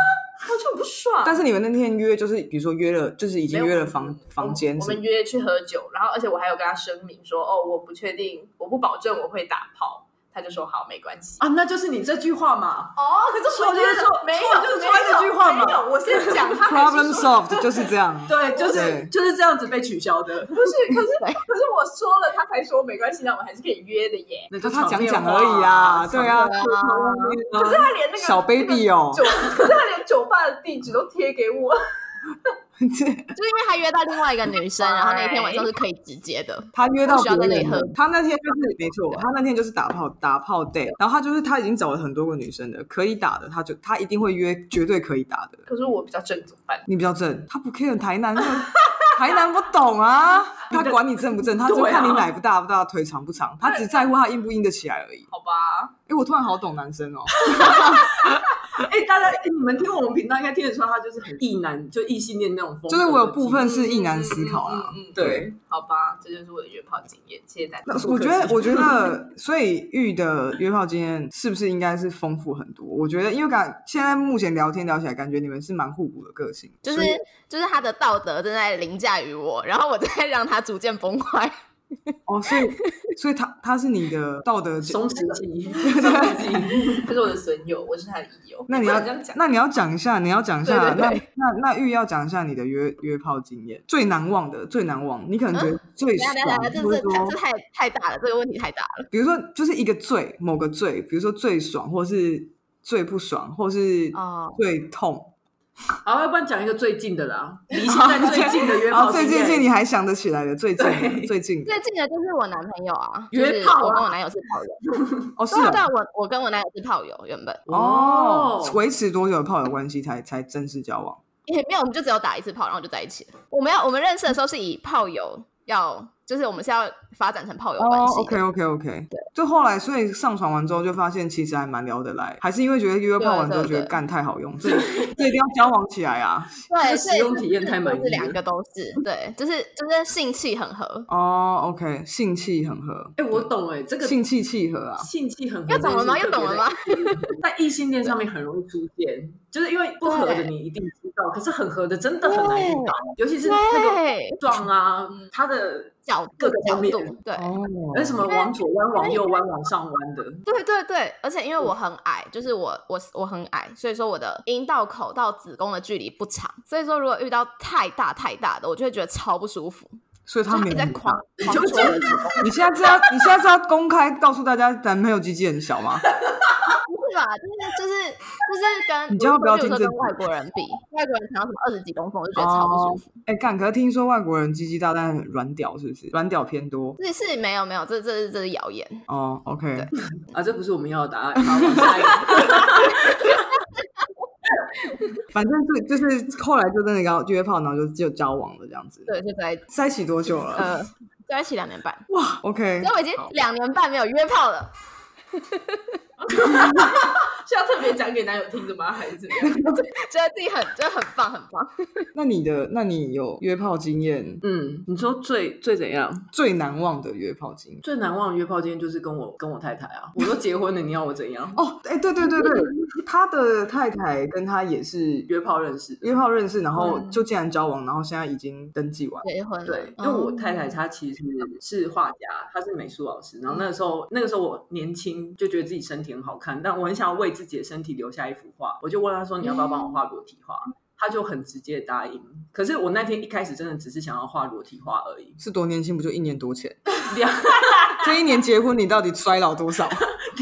S3: 我就很不爽。啊
S2: 但是你们那天约就是，比如说约了，就是已
S3: 没
S2: 经
S3: 有
S2: 约了
S3: 我
S2: 房
S3: 们
S2: 房间
S3: 哦我
S2: 是
S3: 们约去喝酒，然后而且我还有跟他声明说，哦，我不确定，我不保证我会打炮，他就说好，没关系。
S1: 啊那就是你这句话嘛。
S3: 哦，可是我
S1: 错就是
S3: 约了
S1: 错
S3: 没有，
S1: 错就是
S3: 没
S1: 错
S3: 有
S1: 这句话嘛
S3: 没有，我先 讲，他还是
S2: problem
S3: 说
S2: solved 就是这 样。
S1: 对，就是
S2: 对
S1: 就是这样子被取消的。
S3: 不是，可是
S4: 对
S3: 可是我说了，他才说没关系，那我们还是可以约的耶。
S1: 那
S2: 就
S1: 就
S2: 他
S1: 场
S2: 讲
S1: 面
S2: 讲
S1: 话
S2: 而已啊，对啊，
S4: 对啊
S2: 可
S3: 可是他连那个
S2: 小 baby 哦
S3: 那个酒，可是他连酒吧的地址都贴给我，
S4: 就是因为他约到另外一个女生， 然后那一天晚上是可以直接的，
S2: 他约到
S4: 不需要
S2: 别
S4: 在那
S2: 人
S4: 里
S2: 了
S4: 喝，
S2: 他那天就是没错，他那天就是打炮打炮 day，然后他就是他已经找了很多个女生的，可以打的，他就他一定会约，绝对 可以打的。
S3: 可是我比较正宗办？
S2: 你比较正，他不 care 台南，台南不懂啊，他管你正不正，他就
S1: 对啊
S2: 看你奶不大不大，腿长不长，他只在乎他硬不硬得起来而已。
S3: 好吧，
S2: 哎，我突然好懂男生哦，
S1: 哎、大家、哎你们听我们频道应该听得出来，他就是很异男，就异性恋那种风格的
S2: 就
S1: 经
S2: 是
S1: 历。
S2: 我有部分是意难思考啦。
S3: 嗯嗯嗯嗯
S1: 对，
S3: 好吧，这就是我的约炮经验，谢谢大家。
S2: 那
S1: 不
S2: 我
S1: 可
S2: 觉得，
S1: 置
S2: 我觉得， 所以玉的约炮经验是不是应该是丰富很多？我觉得，因为感现在目前聊天聊起来，感觉你们是蛮互补的个性，
S4: 就是
S2: 所以
S4: 就是他的道德正在凌驾于我，然后我在让他逐渐崩 坏。
S2: 哦，所 以所以他他是你的道德
S1: 松弛 剂，松弛剂。
S3: 他是我的损友，我是他的益友。
S2: 那你
S3: 不
S2: 要
S3: 能这样 讲，
S2: 那你要讲一下，你要讲一下，
S4: 对对对
S2: 那那那玉要讲一下你的约约炮经验，最难忘的，最难忘，你可能觉得最
S4: 啊等
S2: 爽
S4: 一下，等一下，等一下
S2: 或
S4: 这
S2: 者
S4: 是太这
S2: 说，
S4: 太太大了，这个问题太大了。
S2: 比如说就是一个最某个最，比如说最爽，或是最不爽，或是
S4: 哦
S2: 最痛，
S1: 好，要不然讲一个最近的啦，离现在最近的 约
S2: 然后
S1: 炮
S2: 哦最
S1: 经
S2: 近
S1: 验。
S2: 近你还想得起来的，最近的
S1: 对
S2: 最近的
S4: 最近的就是我男朋友啊，就
S1: 约
S4: 是
S1: 炮
S4: 我跟
S1: 啊
S4: 我男友是炮友，
S2: 哦，是
S4: 对啊，对
S2: 哦
S4: 啊我我跟我男友是炮友，原本
S2: 哦，维持多久的炮友关系才才正式交往？
S4: 也没有，我们就只有打一次炮，然后就在一起了。我们要我们认识的时候是以炮友要，就是我们是要发展成炮友关
S2: 哦
S4: 系的。
S2: ，OK OK OK，就后来所以上床完之后就发现其实还蛮聊得来，还是因为觉得约炮完之后
S4: 对
S2: 觉
S4: 对
S2: 得
S4: 对
S2: 干太好用，这这一定要交往起来啊！
S4: 对，
S1: 就是
S4: 所以
S1: 使用体验太满
S4: 就是
S1: 意
S4: 两
S1: 了
S4: 个都是对，就是就是性气很合。
S2: 哦，OK，性气很合，
S1: 哎、我懂哎、这个
S2: 性气契合啊，
S1: 性气很合
S4: 又懂了吗？又懂了吗？？ 啊
S1: 在异性恋上面很容易出现，就是因为不合的
S4: 对
S1: 你一定知道，可是很合的真的很难遇到，尤其是那个
S4: 对，嗯
S1: 撞啊，他的
S4: 角
S1: 各
S4: 度
S1: 个
S4: 角
S1: 方面
S4: 度，对，啊
S2: 哦，
S1: 那什么往左弯、往右弯、往上弯的，
S4: 对对对，而且因为我很矮，就是我我我很矮，所以说我的阴道口到子宫的距离不长，所以说如果遇到太大太大的，我就会觉得超不舒服，
S2: 所以
S4: 就
S2: 他
S4: 它
S2: 没
S4: 一
S2: 有
S4: 直在
S2: 很
S4: 狂
S2: 大
S4: 狂
S1: 就
S4: 戳
S1: 觉
S4: 我的子宫，
S2: 你现在是要你现在是要公开告诉大家男朋友鸡鸡很小吗？
S4: 不是吧？就是就是就是跟
S2: 你千万不要
S4: 比如说
S2: 听这
S4: 跟外国人比，外国人想要什么二十几公分，我就觉得超不舒服。
S2: 哎、干！可是听说外国人鸡鸡大，但很软屌，是不是？软屌偏多
S4: 这是没有没有，这这是这是谣言。
S2: 哦。OK，
S1: 啊，这不是我们要的答案。好，往下一个。
S2: 反正就就是后来就真的要约炮，然后就就交往了这样子。
S4: 对，就在
S2: 在一起多久了？
S4: 呃在一起两年半，
S2: 哇，OK，
S4: 所以我已经两年半没有约炮了。
S3: 是要特别讲给男友听的吗？还是怎么样？
S4: 觉得自己很，真的很棒，很棒。
S2: 那你的那你有约炮经验？
S1: 嗯，你说最最怎样？
S2: 最难忘的约炮经验？
S1: 最难忘的约炮经验就是跟我跟我太太啊，我都结婚了，你要我怎样？
S2: 哦，哎、对对对对，他的太太跟他也是
S1: 约炮认识的。
S2: 约炮认识，然后
S4: 嗯
S2: 就竟然交往，然后现在已经登记完。，
S4: 结婚了嗯
S1: 对，因为我太太她其实是画家，她是美术老师。然后那个时候，那个时候我年轻，就觉得自己身体很好看，但我很想要为自己的身体留下一幅画。我就问她说：“你要不要帮我画裸体画？”她就很直接答应。可是我那天一开始真的只是想要画裸体画而已
S2: 是多年轻？不就一年多前？
S1: 两
S2: 这一年结婚，你到底衰老多 少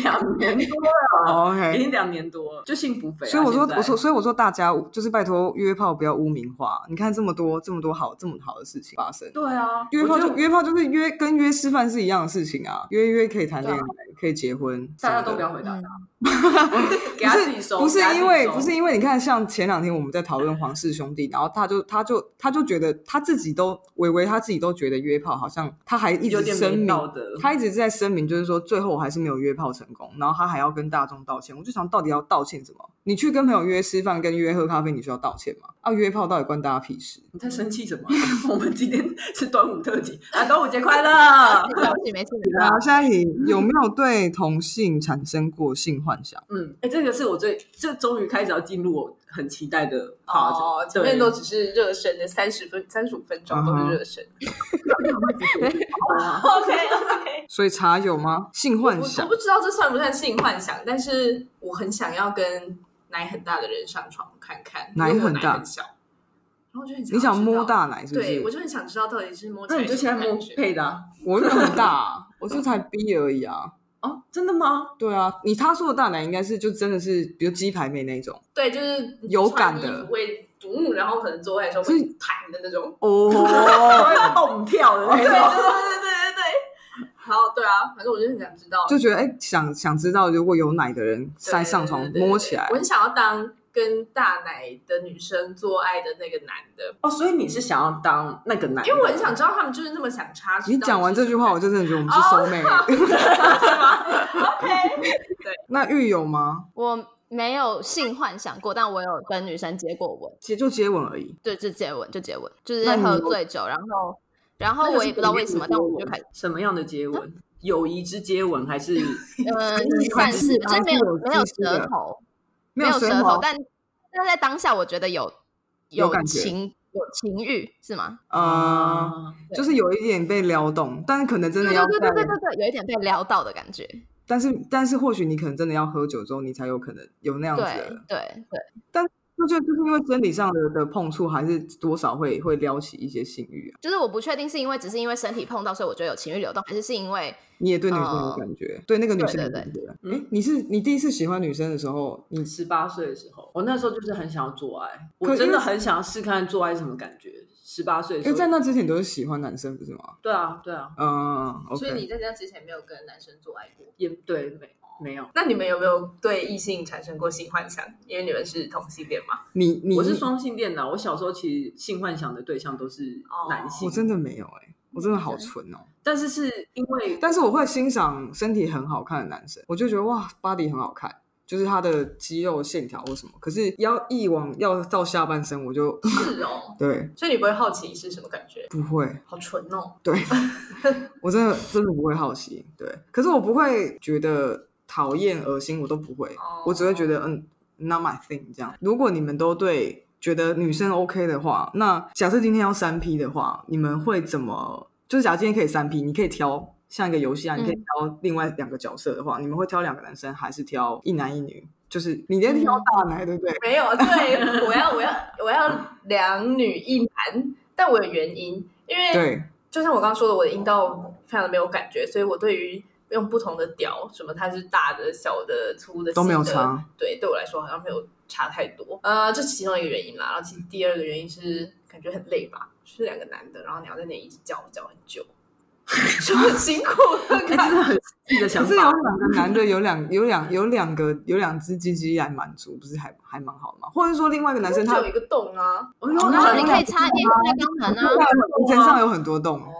S1: 两年多了，
S2: 哦？OK，
S1: 已经两年多了，就幸福肥啊、
S2: 所以我说
S1: 现，在
S2: 我说，所以我说，大家就是拜托约炮不要污名化。你看这么多这么多好这么好的事情发生，
S1: 对啊，
S2: 约炮
S1: 我觉
S2: 就
S1: 得
S2: 约炮就是约跟约吃饭是一样的事情啊，约约可以谈恋爱，可以结婚，
S1: 大家
S2: 什么的
S1: 都不要回答
S4: 嗯
S1: 她， 给她自己收，
S2: 不是
S1: 给她自己
S2: 因为
S1: 收
S2: 不是因为你看，像前两天我们在讨论黄氏兄弟，然后他就他就他就觉得他自己都维维他自己都觉得约炮好像他还一
S1: 有
S2: 直
S1: 点
S2: 声
S1: 没
S2: 明
S1: 道德，
S2: 他一直在声明，就是说最后我还是没有约炮成功，然后他还要跟大众道歉。我就想到底要道歉什么？你去跟朋友约吃饭跟约喝咖啡，你需要道歉吗？啊，约炮到底关大家屁事？
S1: 你在生气什么？ 我们今天是端午特辑啊，端午节快乐！
S4: 没事没事没事
S1: 啊
S2: 然后下一题，有没有对同性产生过性幻想？
S1: 嗯，哎、这个是我最，这终于开始要进入我很期待的 part，、
S3: 哦，前
S1: 对，
S3: 面都只是热身的三十分、三十五分钟都
S2: 嗯
S3: 是 热身。OK OK，
S2: 所以茶有吗？性
S3: 我
S2: 幻
S3: 我
S2: 想
S3: 不知道这算不算性幻想，但是我很想要跟奶很大的人上床看看，
S2: 奶
S3: 因为我
S2: 很大
S3: 很小，然后就很
S2: 你想
S3: 要
S2: 摸
S3: 知道
S2: 大奶是不
S3: 对，我
S2: 是？
S3: 就很想知道到底是摸起
S1: 那
S3: 来
S1: 你就现在摸
S3: 什么感觉
S1: 配的啊、
S2: 我又很大啊、我就才 B 而已啊。
S1: 哦，真的吗？
S2: 对啊，你他说的大奶应该是就真的是，比如鸡排妹那种
S3: 对，就是
S2: 有感的
S3: 穿衣服会堵，然后可能做爱的时候
S2: 所
S3: 会
S2: 以
S3: 弹的那种。
S2: 哦，
S1: 哦，会蹦跳的
S3: 对对
S1: 那种。
S3: 对对对对。好，对啊，反正我就很想知 道，
S2: 就觉得哎、想想知道如果有奶的人
S3: 对
S2: 在上床
S3: 对对对
S2: 摸起来
S3: 我，很想要当跟大奶的女生做爱的那个男的，
S1: 哦，所以你是想要当那个男的？
S3: 因为我很想知道他们就是那么想插。
S2: 你讲完这句话，我
S3: 就
S2: 就真的觉得我们是收妹。
S3: OK。
S2: 那玉有吗？
S4: 我没有性幻想过，但我有跟女生接过吻，
S2: 接就接吻而已。
S4: 对，就接吻，就接吻，就是
S2: 那你
S4: 喝
S2: 有
S4: 醉酒，然后
S1: 那
S4: 然后
S1: 个是
S4: 我也不知道为什么，但我们就开始，啊
S1: 什么样的接吻？友谊之接吻还是
S4: 嗯
S2: 是，
S4: 算
S2: 是
S4: 是，
S2: 有
S4: 就是没有
S2: 有
S4: 没有
S2: 知识的
S4: 舌头，
S2: 没
S4: 有
S2: 有舌
S4: 舌头
S2: 头，
S4: 但但在当下我觉得有
S2: 有
S4: 有
S2: 感觉
S4: 情有情欲是吗？
S2: 呃，
S1: 啊？
S2: 就是有一点被撩动，但是可能真的
S4: 对对
S2: 要
S4: 对对
S2: 在，
S4: 对对对，有一点被撩到的感觉，
S2: 但是但是或许你可能真的要喝酒之后，你才有可能有那样子
S4: 对
S2: 的。
S4: 对对，
S2: 但我觉得就是因为生理上的的碰触，还是多少会会撩起一些性欲啊。
S4: 就是我不确定是因为只是因为身体碰到，所以我觉得有情欲流动，还是是因为
S2: 你也对女生有感觉，对那个女生有
S4: 对对
S2: 感觉。
S1: 对
S2: 哎、你是你第一次喜欢女生的时候，你
S1: 十八岁的时候，我那时候就是很想要做爱，
S2: 可
S1: 我
S2: 因为
S1: 真的很想要试看做爱是什么感觉。十八岁的
S2: 因
S1: 时
S2: 为
S1: 候，
S2: 在那之前你都是喜欢男生不是吗？
S1: 对啊，对啊，
S2: 嗯，OK，
S3: 所以你在这之前没有跟男生做爱过。
S1: 也对，没没有，
S3: 那你们有没有对异性产生过性幻想？因为你们是同性恋 嘛？
S2: 你你
S1: 我是双性恋的。啊我小时候其实性幻想的对象都是男性，
S2: 我真的没有哎、我真的好纯哦、
S1: 但是是因 为
S2: 但是我会欣赏身体很好看的男生，我就觉得哇，body 很好看，就是他的肌肉线条或什么。可是要一往要到下半身，我就，
S3: 是哦
S2: 对
S3: 所以你不会好奇是什么感觉？
S2: 不会，
S3: 好纯哦，
S2: 对我真的真的不会好奇，对。可是我不会觉得讨厌、恶心，我都不会
S3: 哦，
S2: 我只会觉得嗯，not my thing 这样。如果你们都对。觉得女生 OK 的话，那假设今天要三 P 的话，你们会怎么？就是假如今天可以三 P，你可以挑像一个游戏啊，你可以挑另外两个角色的话，你们会挑两个男生还是挑一男一女？就是你在挑大奶，对不对？
S3: 没有。对，我要我要我要两女一男，但我有原因，因为
S2: 对，
S3: 就像我刚刚说的，我的阴道非常的没有感觉，所以我对于用不同的屌，什么它是大的、小的、粗的
S2: 都没有
S3: 细的
S2: 差。
S3: 对，对我来说好像没有差太多。呃，这是其中一个原因啦。然后其实第二个原因是感觉很累吧，就是两个男的，然后你要在那里一直叫叫很 久，就很辛苦的
S1: 哎，
S3: 感
S1: 真
S3: 觉。
S1: 的很自己的
S2: 可
S1: 想
S2: 是有
S1: 法。
S2: 两个男的，有两有两有两个有两只鸡鸡来满足，不是还还蛮好吗？或者说另外一个男生
S3: 只
S2: 他
S3: 有一个洞啊，
S1: 我
S2: 哦
S1: 说
S4: 然后你
S1: 你
S4: 可以插电在肛门 啊，
S2: 身上有很多洞，
S3: 哦，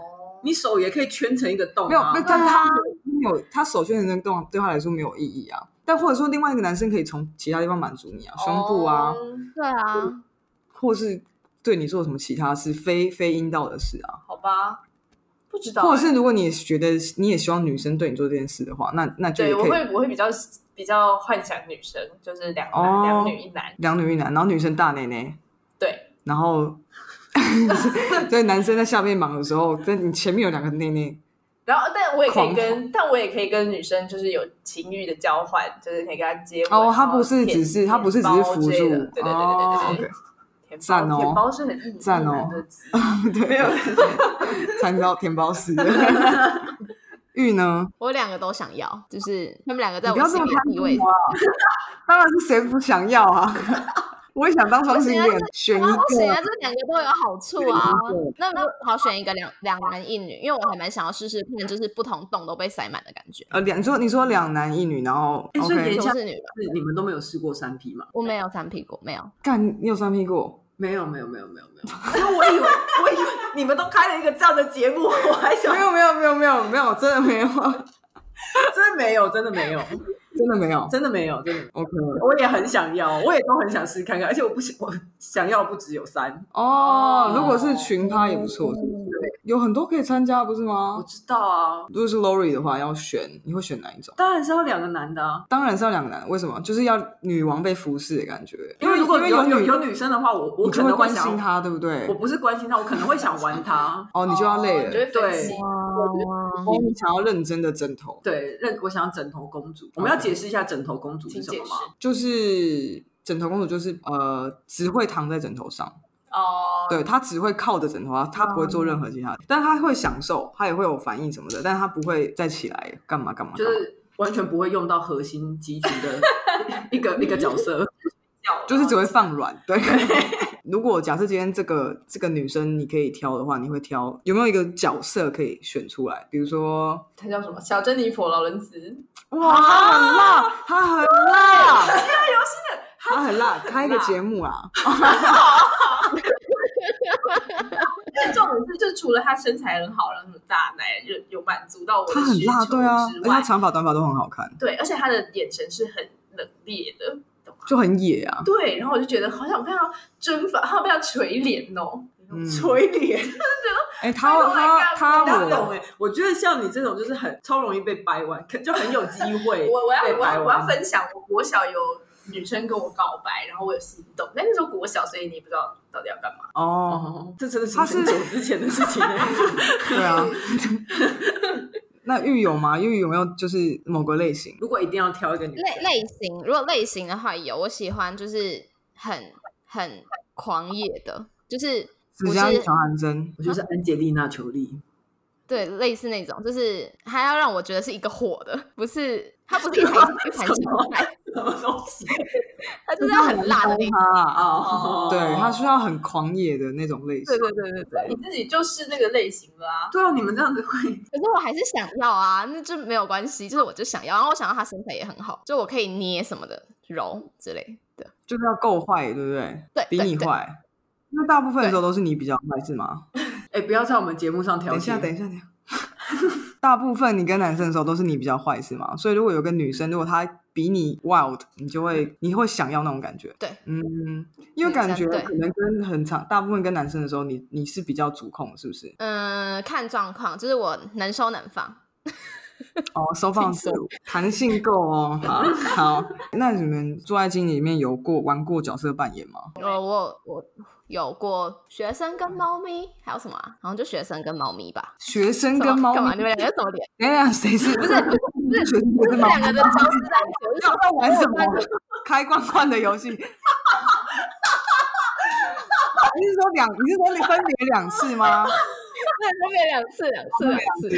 S1: 你手也可以圈成一个洞啊，
S2: 没有，那但
S4: 对
S2: 是
S4: 啊
S2: 他没有他手圈的那个洞对他来说没有意义啊。但或者说另外一个男生可以从其他地方满足你啊，胸部啊，
S3: 哦，
S4: 对啊，
S2: 或是对你做什么其他事，非非阴道的事啊。
S3: 哦好吧，不知道欸、
S2: 或者是如果你也觉得你也希望女生对你做这件事的话，那那就
S3: 对，
S2: 也
S3: 我
S2: 可以
S3: 会我会比较比较幻想女生，就是两男、
S2: 哦
S3: 两女一男，
S2: 两女一男，然后女生大内内，
S3: 对，
S2: 然后对男生在下面忙的时候，跟你前面有两个 内内，
S3: 然后，但我也可以
S2: 狂
S3: 跟，但我也可以跟女生就是有情欲的交换，就是可以跟她接吻。
S2: 哦，
S3: 然
S2: 他
S3: 后
S2: 不是
S3: 舔
S2: 只是他不是只是辅助，
S3: 舔包之类的对对对
S2: 哦
S3: 对对对
S2: ，OK，
S3: 舔包
S2: 赞哦
S3: 舔包是很意
S2: 赞哦
S3: 难的词
S2: 对，没有参照填包师。玉呢？
S4: 我两个都想要，就是他们两个在
S2: 你
S4: 我
S2: 不要这
S4: 心
S2: 么
S4: 里
S2: 贪
S4: 的地位
S2: 心啊！当然是谁不想要啊！ 我也想当双性恋
S4: 不
S2: 选
S4: 行啊，
S2: 一
S4: 啊，不行
S2: 个
S4: 啊，这两个都有好处啊
S2: 选一个。
S4: 那那好，选一个两两男一女，因为我还蛮想要试试看，就是不同洞都被塞满的感觉。
S2: 呃，两你说你说两男一女，然后
S1: 哎所以等
S2: OK，
S1: 一
S4: 就
S1: 下
S4: 是女的，
S1: 是你们都没有试过三 P 吗？
S4: 我没有三屁股，没有。
S2: 干你有三 P 过？
S1: 没有，没有，没有，没有， 没有，因为我以为，我以为你们都开了一个这样的节目，我还想
S2: 没，有没有没有没有没有，真的没有，
S1: 真的没有，真的没有，
S2: 真的没有。
S1: 真的没有，真的没有。
S2: OK，
S1: 我也很想要，我也都很想试看看，而且我不想，我想要不只有三。
S2: 哦，如果是群趴也不错，有很多可以参加，不是
S1: 我
S2: 吗？
S1: 知道啊，
S2: 如果是 Lori 的话，要选你会选哪一种？
S1: 当然是要两个男的啊，
S2: 当然是要两个男，为什么？就是要女王被服侍的感觉，
S1: 因为如果
S2: 因为
S1: 有有
S2: 女，
S1: 有女生的话，我我
S2: 你
S1: 可
S2: 就会
S1: 能
S2: 关
S1: 想
S2: 心，她，对不对
S1: 我？不是关心她，我可能会想玩她。
S2: 哦，你就要累
S3: 你就
S2: 了
S3: 会，分析。
S2: 哦，你想要认真的枕头，
S1: 对，认我想要枕头公主，我们要解释一下枕头公主是
S3: 请
S1: 什么
S3: 解
S1: 吗
S3: 释？
S2: 就是枕头公主，就是呃，只会躺在枕头上，
S3: 哦，
S2: 对，她只会靠着枕头啊，她不会做任何其他的，但她会享受，她也会有反应什么的，但她不会再起来干嘛干嘛，
S1: 就
S2: 干嘛
S1: 是完全不会用到核心肌群的一个 一个角色。
S3: 叫
S2: 就是只会放软，对。
S1: 哦
S2: 如果假设今天这个这个女生你可以挑的话，你会挑有没有一个角色可以选出来？比如说，
S3: 他叫什么？小珍妮佛劳伦斯，
S2: 哇，她很辣，她啊很辣，她很辣，开个节目啊！
S3: 但重点是，就是除了他身材很好，然后什么大奶就有满足到我的
S2: 她很
S3: 需
S2: 辣，
S3: 求
S2: 对啊，
S3: 之
S2: 而且
S3: 外
S2: 她长发短发都很好看，
S3: 对，而且他的眼神是很冷冽的，懂吗？
S2: 就很野啊。
S3: 对，然后我就觉得好想被他蒸发，好想被他垂帘哦。
S2: 嗯，
S1: 垂脸，
S2: 哎，她她她
S1: 大家懂
S2: 我
S1: 哎、我觉得像你这种就是很超容易被掰弯，可就很有机会
S3: 我我要
S1: 被
S3: 我
S1: 掰
S3: 要我要
S1: 弯。
S3: 分享，我国小有女生跟我告白，然后我有心动，但那时候国小，所以你不知道到底要干嘛。
S1: 哦，
S2: 哦，
S1: 这真的是
S2: 他是
S1: 很久之前的事 情、欸。
S2: 对 啊。那玉有吗？玉有没有就是某个类型？
S1: 如果一定要挑一个女
S4: 类
S1: 生，
S4: 类型，如果类型的话有，我喜欢就是很很狂野的，就是
S2: 只
S4: 不
S2: 加一
S4: 是
S2: 条汗针，
S1: 我就是安杰丽娜·裘丽，
S4: 对类似那种，就是还要让我觉得是一个火的，不是它不是一盘一盘小菜，
S1: 什么东西
S4: 它就是要很辣的那种。
S2: 他啊，
S1: 啊
S3: 哦
S2: 对他需要很狂野的那种类型
S4: 对。对对对对，
S3: 你自己就是那个类型了啊。
S1: 对啊，你们这样子会
S4: 可是我还是想要啊，那就没有关系，就是我就想要，然后我想要它身材也很好，就我可以捏什么的揉之类的。
S2: 就是要够坏，对不对？
S4: 对
S2: 比
S4: 对
S2: 你
S4: 对
S2: 坏，因为大部分的
S4: 对
S2: 时候都是你比较坏，是吗？
S1: 哎、不要在我们节目上调
S2: 等一
S1: 情
S2: 下，。等一下， 等一下。大部分你跟男生的时候都是你比较坏，是吗？所以如果有个女生，如果她比你 wild，你就会你会想要那种感觉。
S4: 嗯对，
S2: 嗯，因为
S4: 嗯
S2: 感觉
S4: 相对
S2: 可能跟很长，大部分跟男生的时候你，你是比较主控，是不是？
S4: 嗯，看状况，就是我能收能放。
S2: 哦，收放自如，弹性够哦。 好，好，那你们做爱经里面有过玩过角色扮演吗？
S4: 呃，我我有过学生跟猫咪，还有什么、啊？好像就学生跟猫咪吧。
S2: 学生
S4: 什么
S2: 跟猫
S4: 干嘛？
S2: 咪
S4: 你，们两个什么脸？
S2: 等一下谁是？不
S4: 不是不是
S2: 学生
S4: 不
S2: 跟
S4: 是
S2: 猫
S4: 两
S2: 咪
S4: 个的啊交织在一起，我就想
S2: 在玩什
S4: 我
S2: 么
S4: 有办法？
S2: 开罐罐的游戏？你 是说两？你是说你分别两次吗？
S4: 对，分别两次，两次，两次。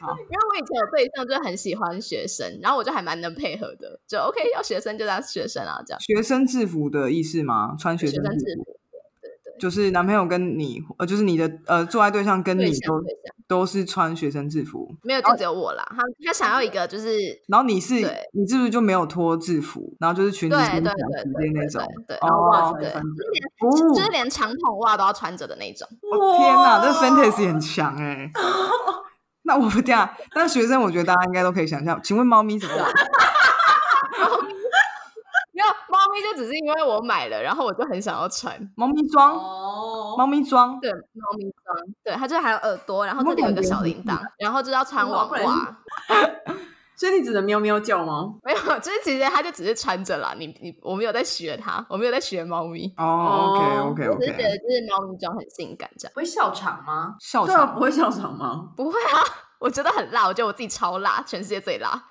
S2: 好
S4: 因为我以前有对象就很喜欢学生，然后我就还蛮能配合的，就 OK，要学生就当学生啊，这样
S2: 学生制服的意思吗？穿学
S4: 学
S2: 生
S4: 生
S2: 制
S4: 制
S2: 服，
S4: 服。
S2: 就是男朋友跟你，呃，就是你的呃，做爱对象跟你
S4: 对象
S2: 都
S4: 对象
S2: 都是穿学生制服，
S4: 没有，就只有我啦。他他想要一个就是
S2: 然后你是
S4: 对
S2: 你是不是就没有脱制服，然后就是裙子
S4: 对
S2: 是
S4: 对
S2: 短
S4: 对
S2: 直
S4: 对
S2: 接那
S4: 对
S2: 种？
S4: 对对，
S1: 然后袜
S2: 哦
S1: 子，
S4: 对
S1: 还穿着，
S2: 哦
S4: 就是连长筒袜都要穿着的那种。
S1: 哦
S2: 我哦天哪，这 fantasy 很强哎、那我不这样，但学生我觉得大家应该都可以想象。请问猫咪怎么玩？
S4: 没有，猫咪就只是因为我买了，然后我就很想要穿。
S2: 猫咪 装，
S3: 哦，
S2: 猫咪装，
S4: 对，猫咪装，对，它就是还有耳朵，然后这里有一个小铃铛，然后就是要穿网
S3: 不然
S4: 袜。
S1: 所以你只能喵喵叫吗？
S4: 没有，就是其实它就只是穿着啦。你你，我没有在学它，我没有在学猫咪，
S2: 哦，OK
S4: 我
S2: OK
S4: 只是觉
S2: OK，
S4: 得就是猫咪装很性感这样。
S3: 不会笑场吗？
S2: 笑
S1: 对啊，
S2: 场
S1: 不会笑场吗？
S4: 不会啊， 我觉得很辣，我觉得我自己超辣，全世界最辣。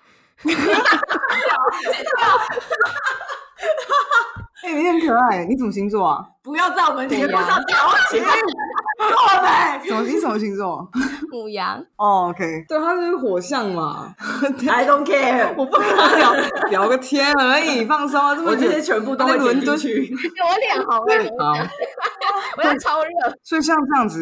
S2: 哎、你很可爱，你什么星座啊？
S1: 不要在我们节目
S4: 对
S1: 上调情，
S2: 错嘞，什么你什么星座？
S4: 母羊，
S2: 哦，OK，对，他是火象嘛，
S1: I don't care，
S2: 我不跟他聊聊个天而已，放松啊，这么
S1: 我这些全部都会
S2: 伦
S1: 剪进
S2: 敦
S1: 去。
S4: 我脸红了，
S2: 好，
S4: 我脸超热。
S2: 所以像这样子，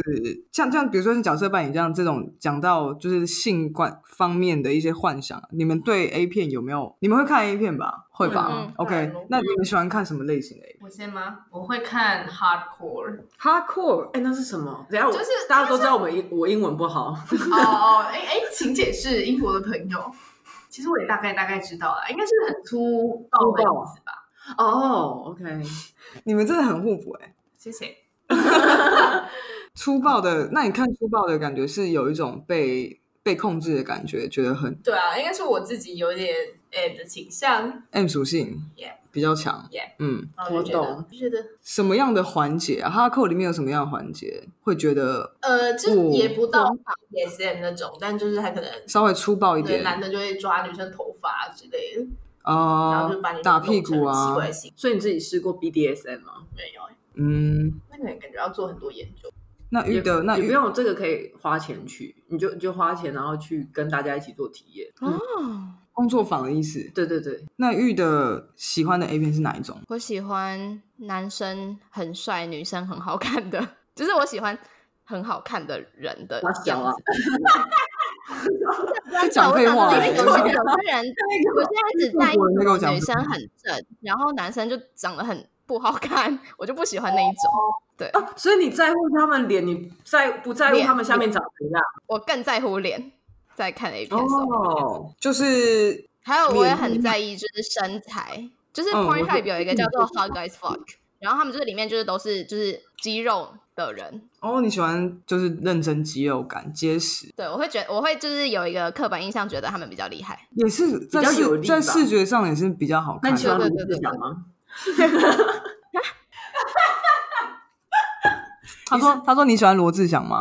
S2: 像这样，比如说像角色扮演这样，这种讲到就是性观方面的一些幻想，你们对 A 片有没有？你们会看 A 片吧？会吧、
S4: 嗯
S2: o
S3: 当然
S2: k
S3: 咯
S2: 那你们喜欢看什么类型的 A 片？
S3: 我先吗？我会看 hardcore。
S1: Hardcore，哎，那是什么？等一下我
S3: 就是
S1: 大家都知道我英我英文不 好，
S3: 哦哦，哎哎，请解释英国的朋友。其实我也大概大概知道了，应该是很粗暴的意思吧。
S1: 哦，OK，
S2: 你们真的很互补哎、
S3: 谢谢。
S2: 粗暴的，那你看粗暴的感觉是有一种被被控制的感觉，觉得很
S3: 对啊，应该是我自己有点 M 的倾向，
S2: M 属性
S3: Yeah
S2: 比较强
S3: Yeah
S2: 嗯。
S3: 然后我就觉
S1: 我
S3: 得
S1: 懂
S3: 就觉得
S2: 什么样的环节啊？哈扣里面有什么样的环节会觉得
S3: 呃，就
S2: 哦
S3: 也不到 SM 那种，但就是他可能
S2: 稍微粗暴一
S3: 对
S2: 点
S3: 男的就会抓女生头发之类的，然
S2: 啊
S3: 后就把你、
S2: 打屁股
S3: 奇
S2: 啊？
S3: 怪的行
S1: 所以你自己试过 BDSM 吗？
S3: 为哦，
S2: 嗯，
S3: 那个感觉要做很多研究。
S2: 那
S1: 也
S2: 遇的那
S1: 也
S2: 遇
S1: 不用这个可以花钱去，你就你就花钱然后去跟大家一起做体验。
S4: 哦，
S2: 工作坊的意思，
S1: 对对对，
S2: 那遇的喜欢的 A 片是哪 一种？
S4: 我喜欢男生很帅，女生很好看的， 就是我喜欢很好看的人的
S1: 我小
S4: 样
S1: 啊
S4: 子。
S2: 在讲废话、
S4: 因
S2: 欸
S4: 为，有些有些人，有些人只在意
S2: 中国人在跟我
S4: 什
S2: 讲
S4: 么女生很正，然后男生就长得很不好看，我就不喜欢那一种。对
S1: 哦，所以你在乎他们脸，你在不在乎
S4: 脸
S1: 他们下面长怎样？
S4: 我更在乎脸，在看 A 片的时候，
S1: 哦，
S2: 就是
S4: 还有我也很
S2: 脸
S4: 在意就是身材，就是
S2: 嗯我
S4: Point
S2: 懂
S4: Type 有一个叫做 Hot Guys Fuck，然后他们就是里面就是都是就是肌肉的人，
S2: 哦，你喜欢就是认真肌肉感、结实，
S4: 对我会觉得我会就是有一个刻板印象，觉得他们比较厉害。
S2: 也是在
S1: 比较有
S2: 视
S1: 力
S2: 在
S1: 吧
S2: 视觉上也是比较好
S1: 那
S2: 看
S1: 你喜欢
S2: 的。
S4: 对
S1: 卢
S4: 对对
S1: 志祥吗？
S2: 他说他说你喜欢罗志祥 吗？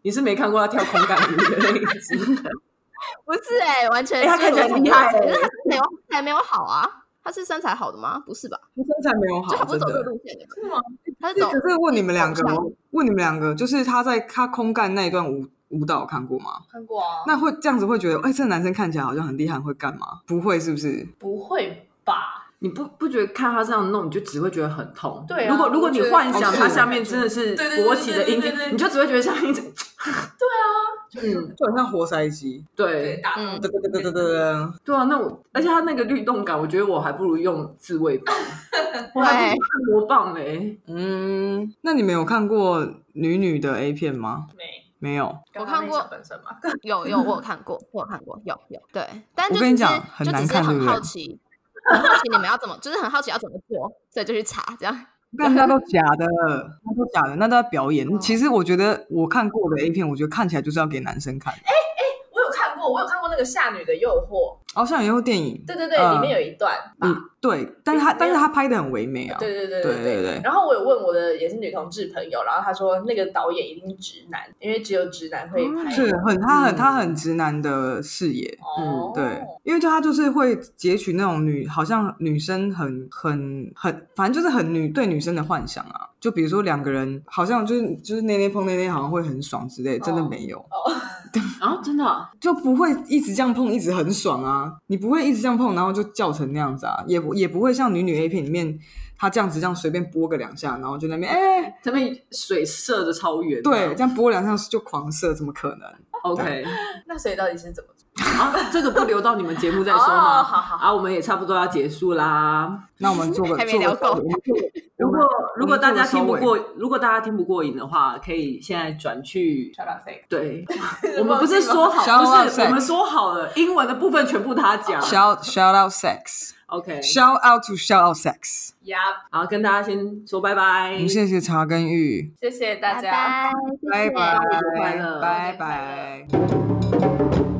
S1: 你是没看过他跳空感舞的那一只？
S4: 不是哎、完全
S1: 哎他
S4: 就是
S1: 看起来
S4: 我
S1: 很厉害
S4: 可是
S1: 哎
S2: 欸
S4: 他身材没有还没有好啊，他是身材好的吗？不是吧？
S2: 他身材没有
S4: 就他
S2: 好，
S4: 不是
S2: 真
S4: 走这个
S2: 的。
S4: 路线的，
S3: 是吗？
S4: 他是
S2: 这
S4: 走
S2: 可是问你们两个哦
S4: 走向，
S2: 问你们两个，就是他在他空干那一段舞舞蹈有看过吗？
S3: 看过啊？
S2: 那会这样子会觉得，哎、这个男生看起来好像很厉害，很会干嘛？不会是不是？
S3: 不会吧？
S1: 你不不觉得看他这样弄，你就只会觉得很痛。
S3: 对啊
S1: 如果如果你幻
S2: 我觉
S1: 想
S2: 得
S1: 他下面真的是
S3: 哦对对对
S1: 勃起的阴
S3: 对对对对啊
S1: 茎，你就只会觉得下面一 直， 嗯，
S2: 就很像活塞机，
S1: 对
S3: 打
S4: 嗯
S2: 噔噔噔噔噔噔。
S1: 对啊。那我而且他那个律动感，我觉得我还不如用自慰 棒，我还不如按摩棒欸嘞。
S2: 嗯，那你们有看过女女的 A 片吗？
S3: 没。
S2: 没有，
S4: 我看
S3: 刚刚那
S4: 过
S3: 小本身吗？
S4: 有有，我有看过，我有看过，有有对，但
S2: 我
S4: 就
S2: 跟
S4: 只
S2: 你
S4: 是
S2: 讲很
S4: 就
S2: 难
S4: 只是
S2: 看对不
S4: 很
S2: 对
S4: 好奇，很好奇你们要怎么，就是很好奇要怎么做，所以就去查这样。
S2: 但 那都假的， 那都假的，那都在表演。其实我觉得我看过的 A 片，我觉得看起来就是要给男生看。
S3: 我有看过，我有看过那个《夏女的诱惑》，
S2: 哦，像有一部电影，
S3: 对对对，
S2: 嗯
S3: 里面有一段吧。
S2: 嗯，对，但是他
S3: 没有
S2: 但是他拍的很唯美啊。
S3: 对对对
S2: 对
S3: 对
S2: 对对
S3: 然后我有问我的也是女同志朋友，然后他说那个导演一定直男，因为只有直男会
S2: 哦
S3: 拍。
S2: 是很他很
S1: 嗯
S2: 他很直男的视野。
S3: 哦，
S2: 对，因为就他就是会截取那种女，好像女生很很很，反正就是很女对女生的幻想啊。就比如说两个人好像就是就是捏捏碰捏捏，好像会很爽之类，真的
S3: 哦
S2: 没有，
S1: 啊，真的啊
S2: 就不会一直这样碰，一直很爽啊。你不会一直这样碰，然后就叫成那样子啊，也不也不会像女女 A 片里面。他这样子，这样随便拨个两下，然后就那边哎、
S1: 这边水射的超远。
S3: 哦
S2: 对，这样拨两下就狂射，怎么可能？
S1: ，OK
S3: 那所以到底是怎么做？
S1: 啊，这个不留到你们节目再说吗？
S3: 哦好好好
S1: 啊，我们也差不多要结束啦。
S2: 那我们做个
S4: 还没
S2: 做
S4: 聊
S2: 个
S4: 够
S2: 我们做个
S1: 如果如果大家听不
S2: 我们做
S1: 过，如果大家听不过瘾的话，可以现在转去。
S3: 小老 C，
S1: 对，我们不是说
S2: 小
S1: 好，不是
S2: sex
S1: 我们说好了，英文的部分全部他讲。
S2: shout shout out sex
S1: OK，
S2: shout out to shout out sex。
S3: 呀，
S1: 好，跟大家先说拜拜
S2: 我，
S4: 嗯
S2: 们谢谢茶跟玉，
S3: 谢谢大
S4: 拜
S3: 家。
S4: 拜，谢啊
S2: 拜
S4: 谢
S2: 拜
S1: 快乐
S2: 拜
S3: 快
S2: 拜。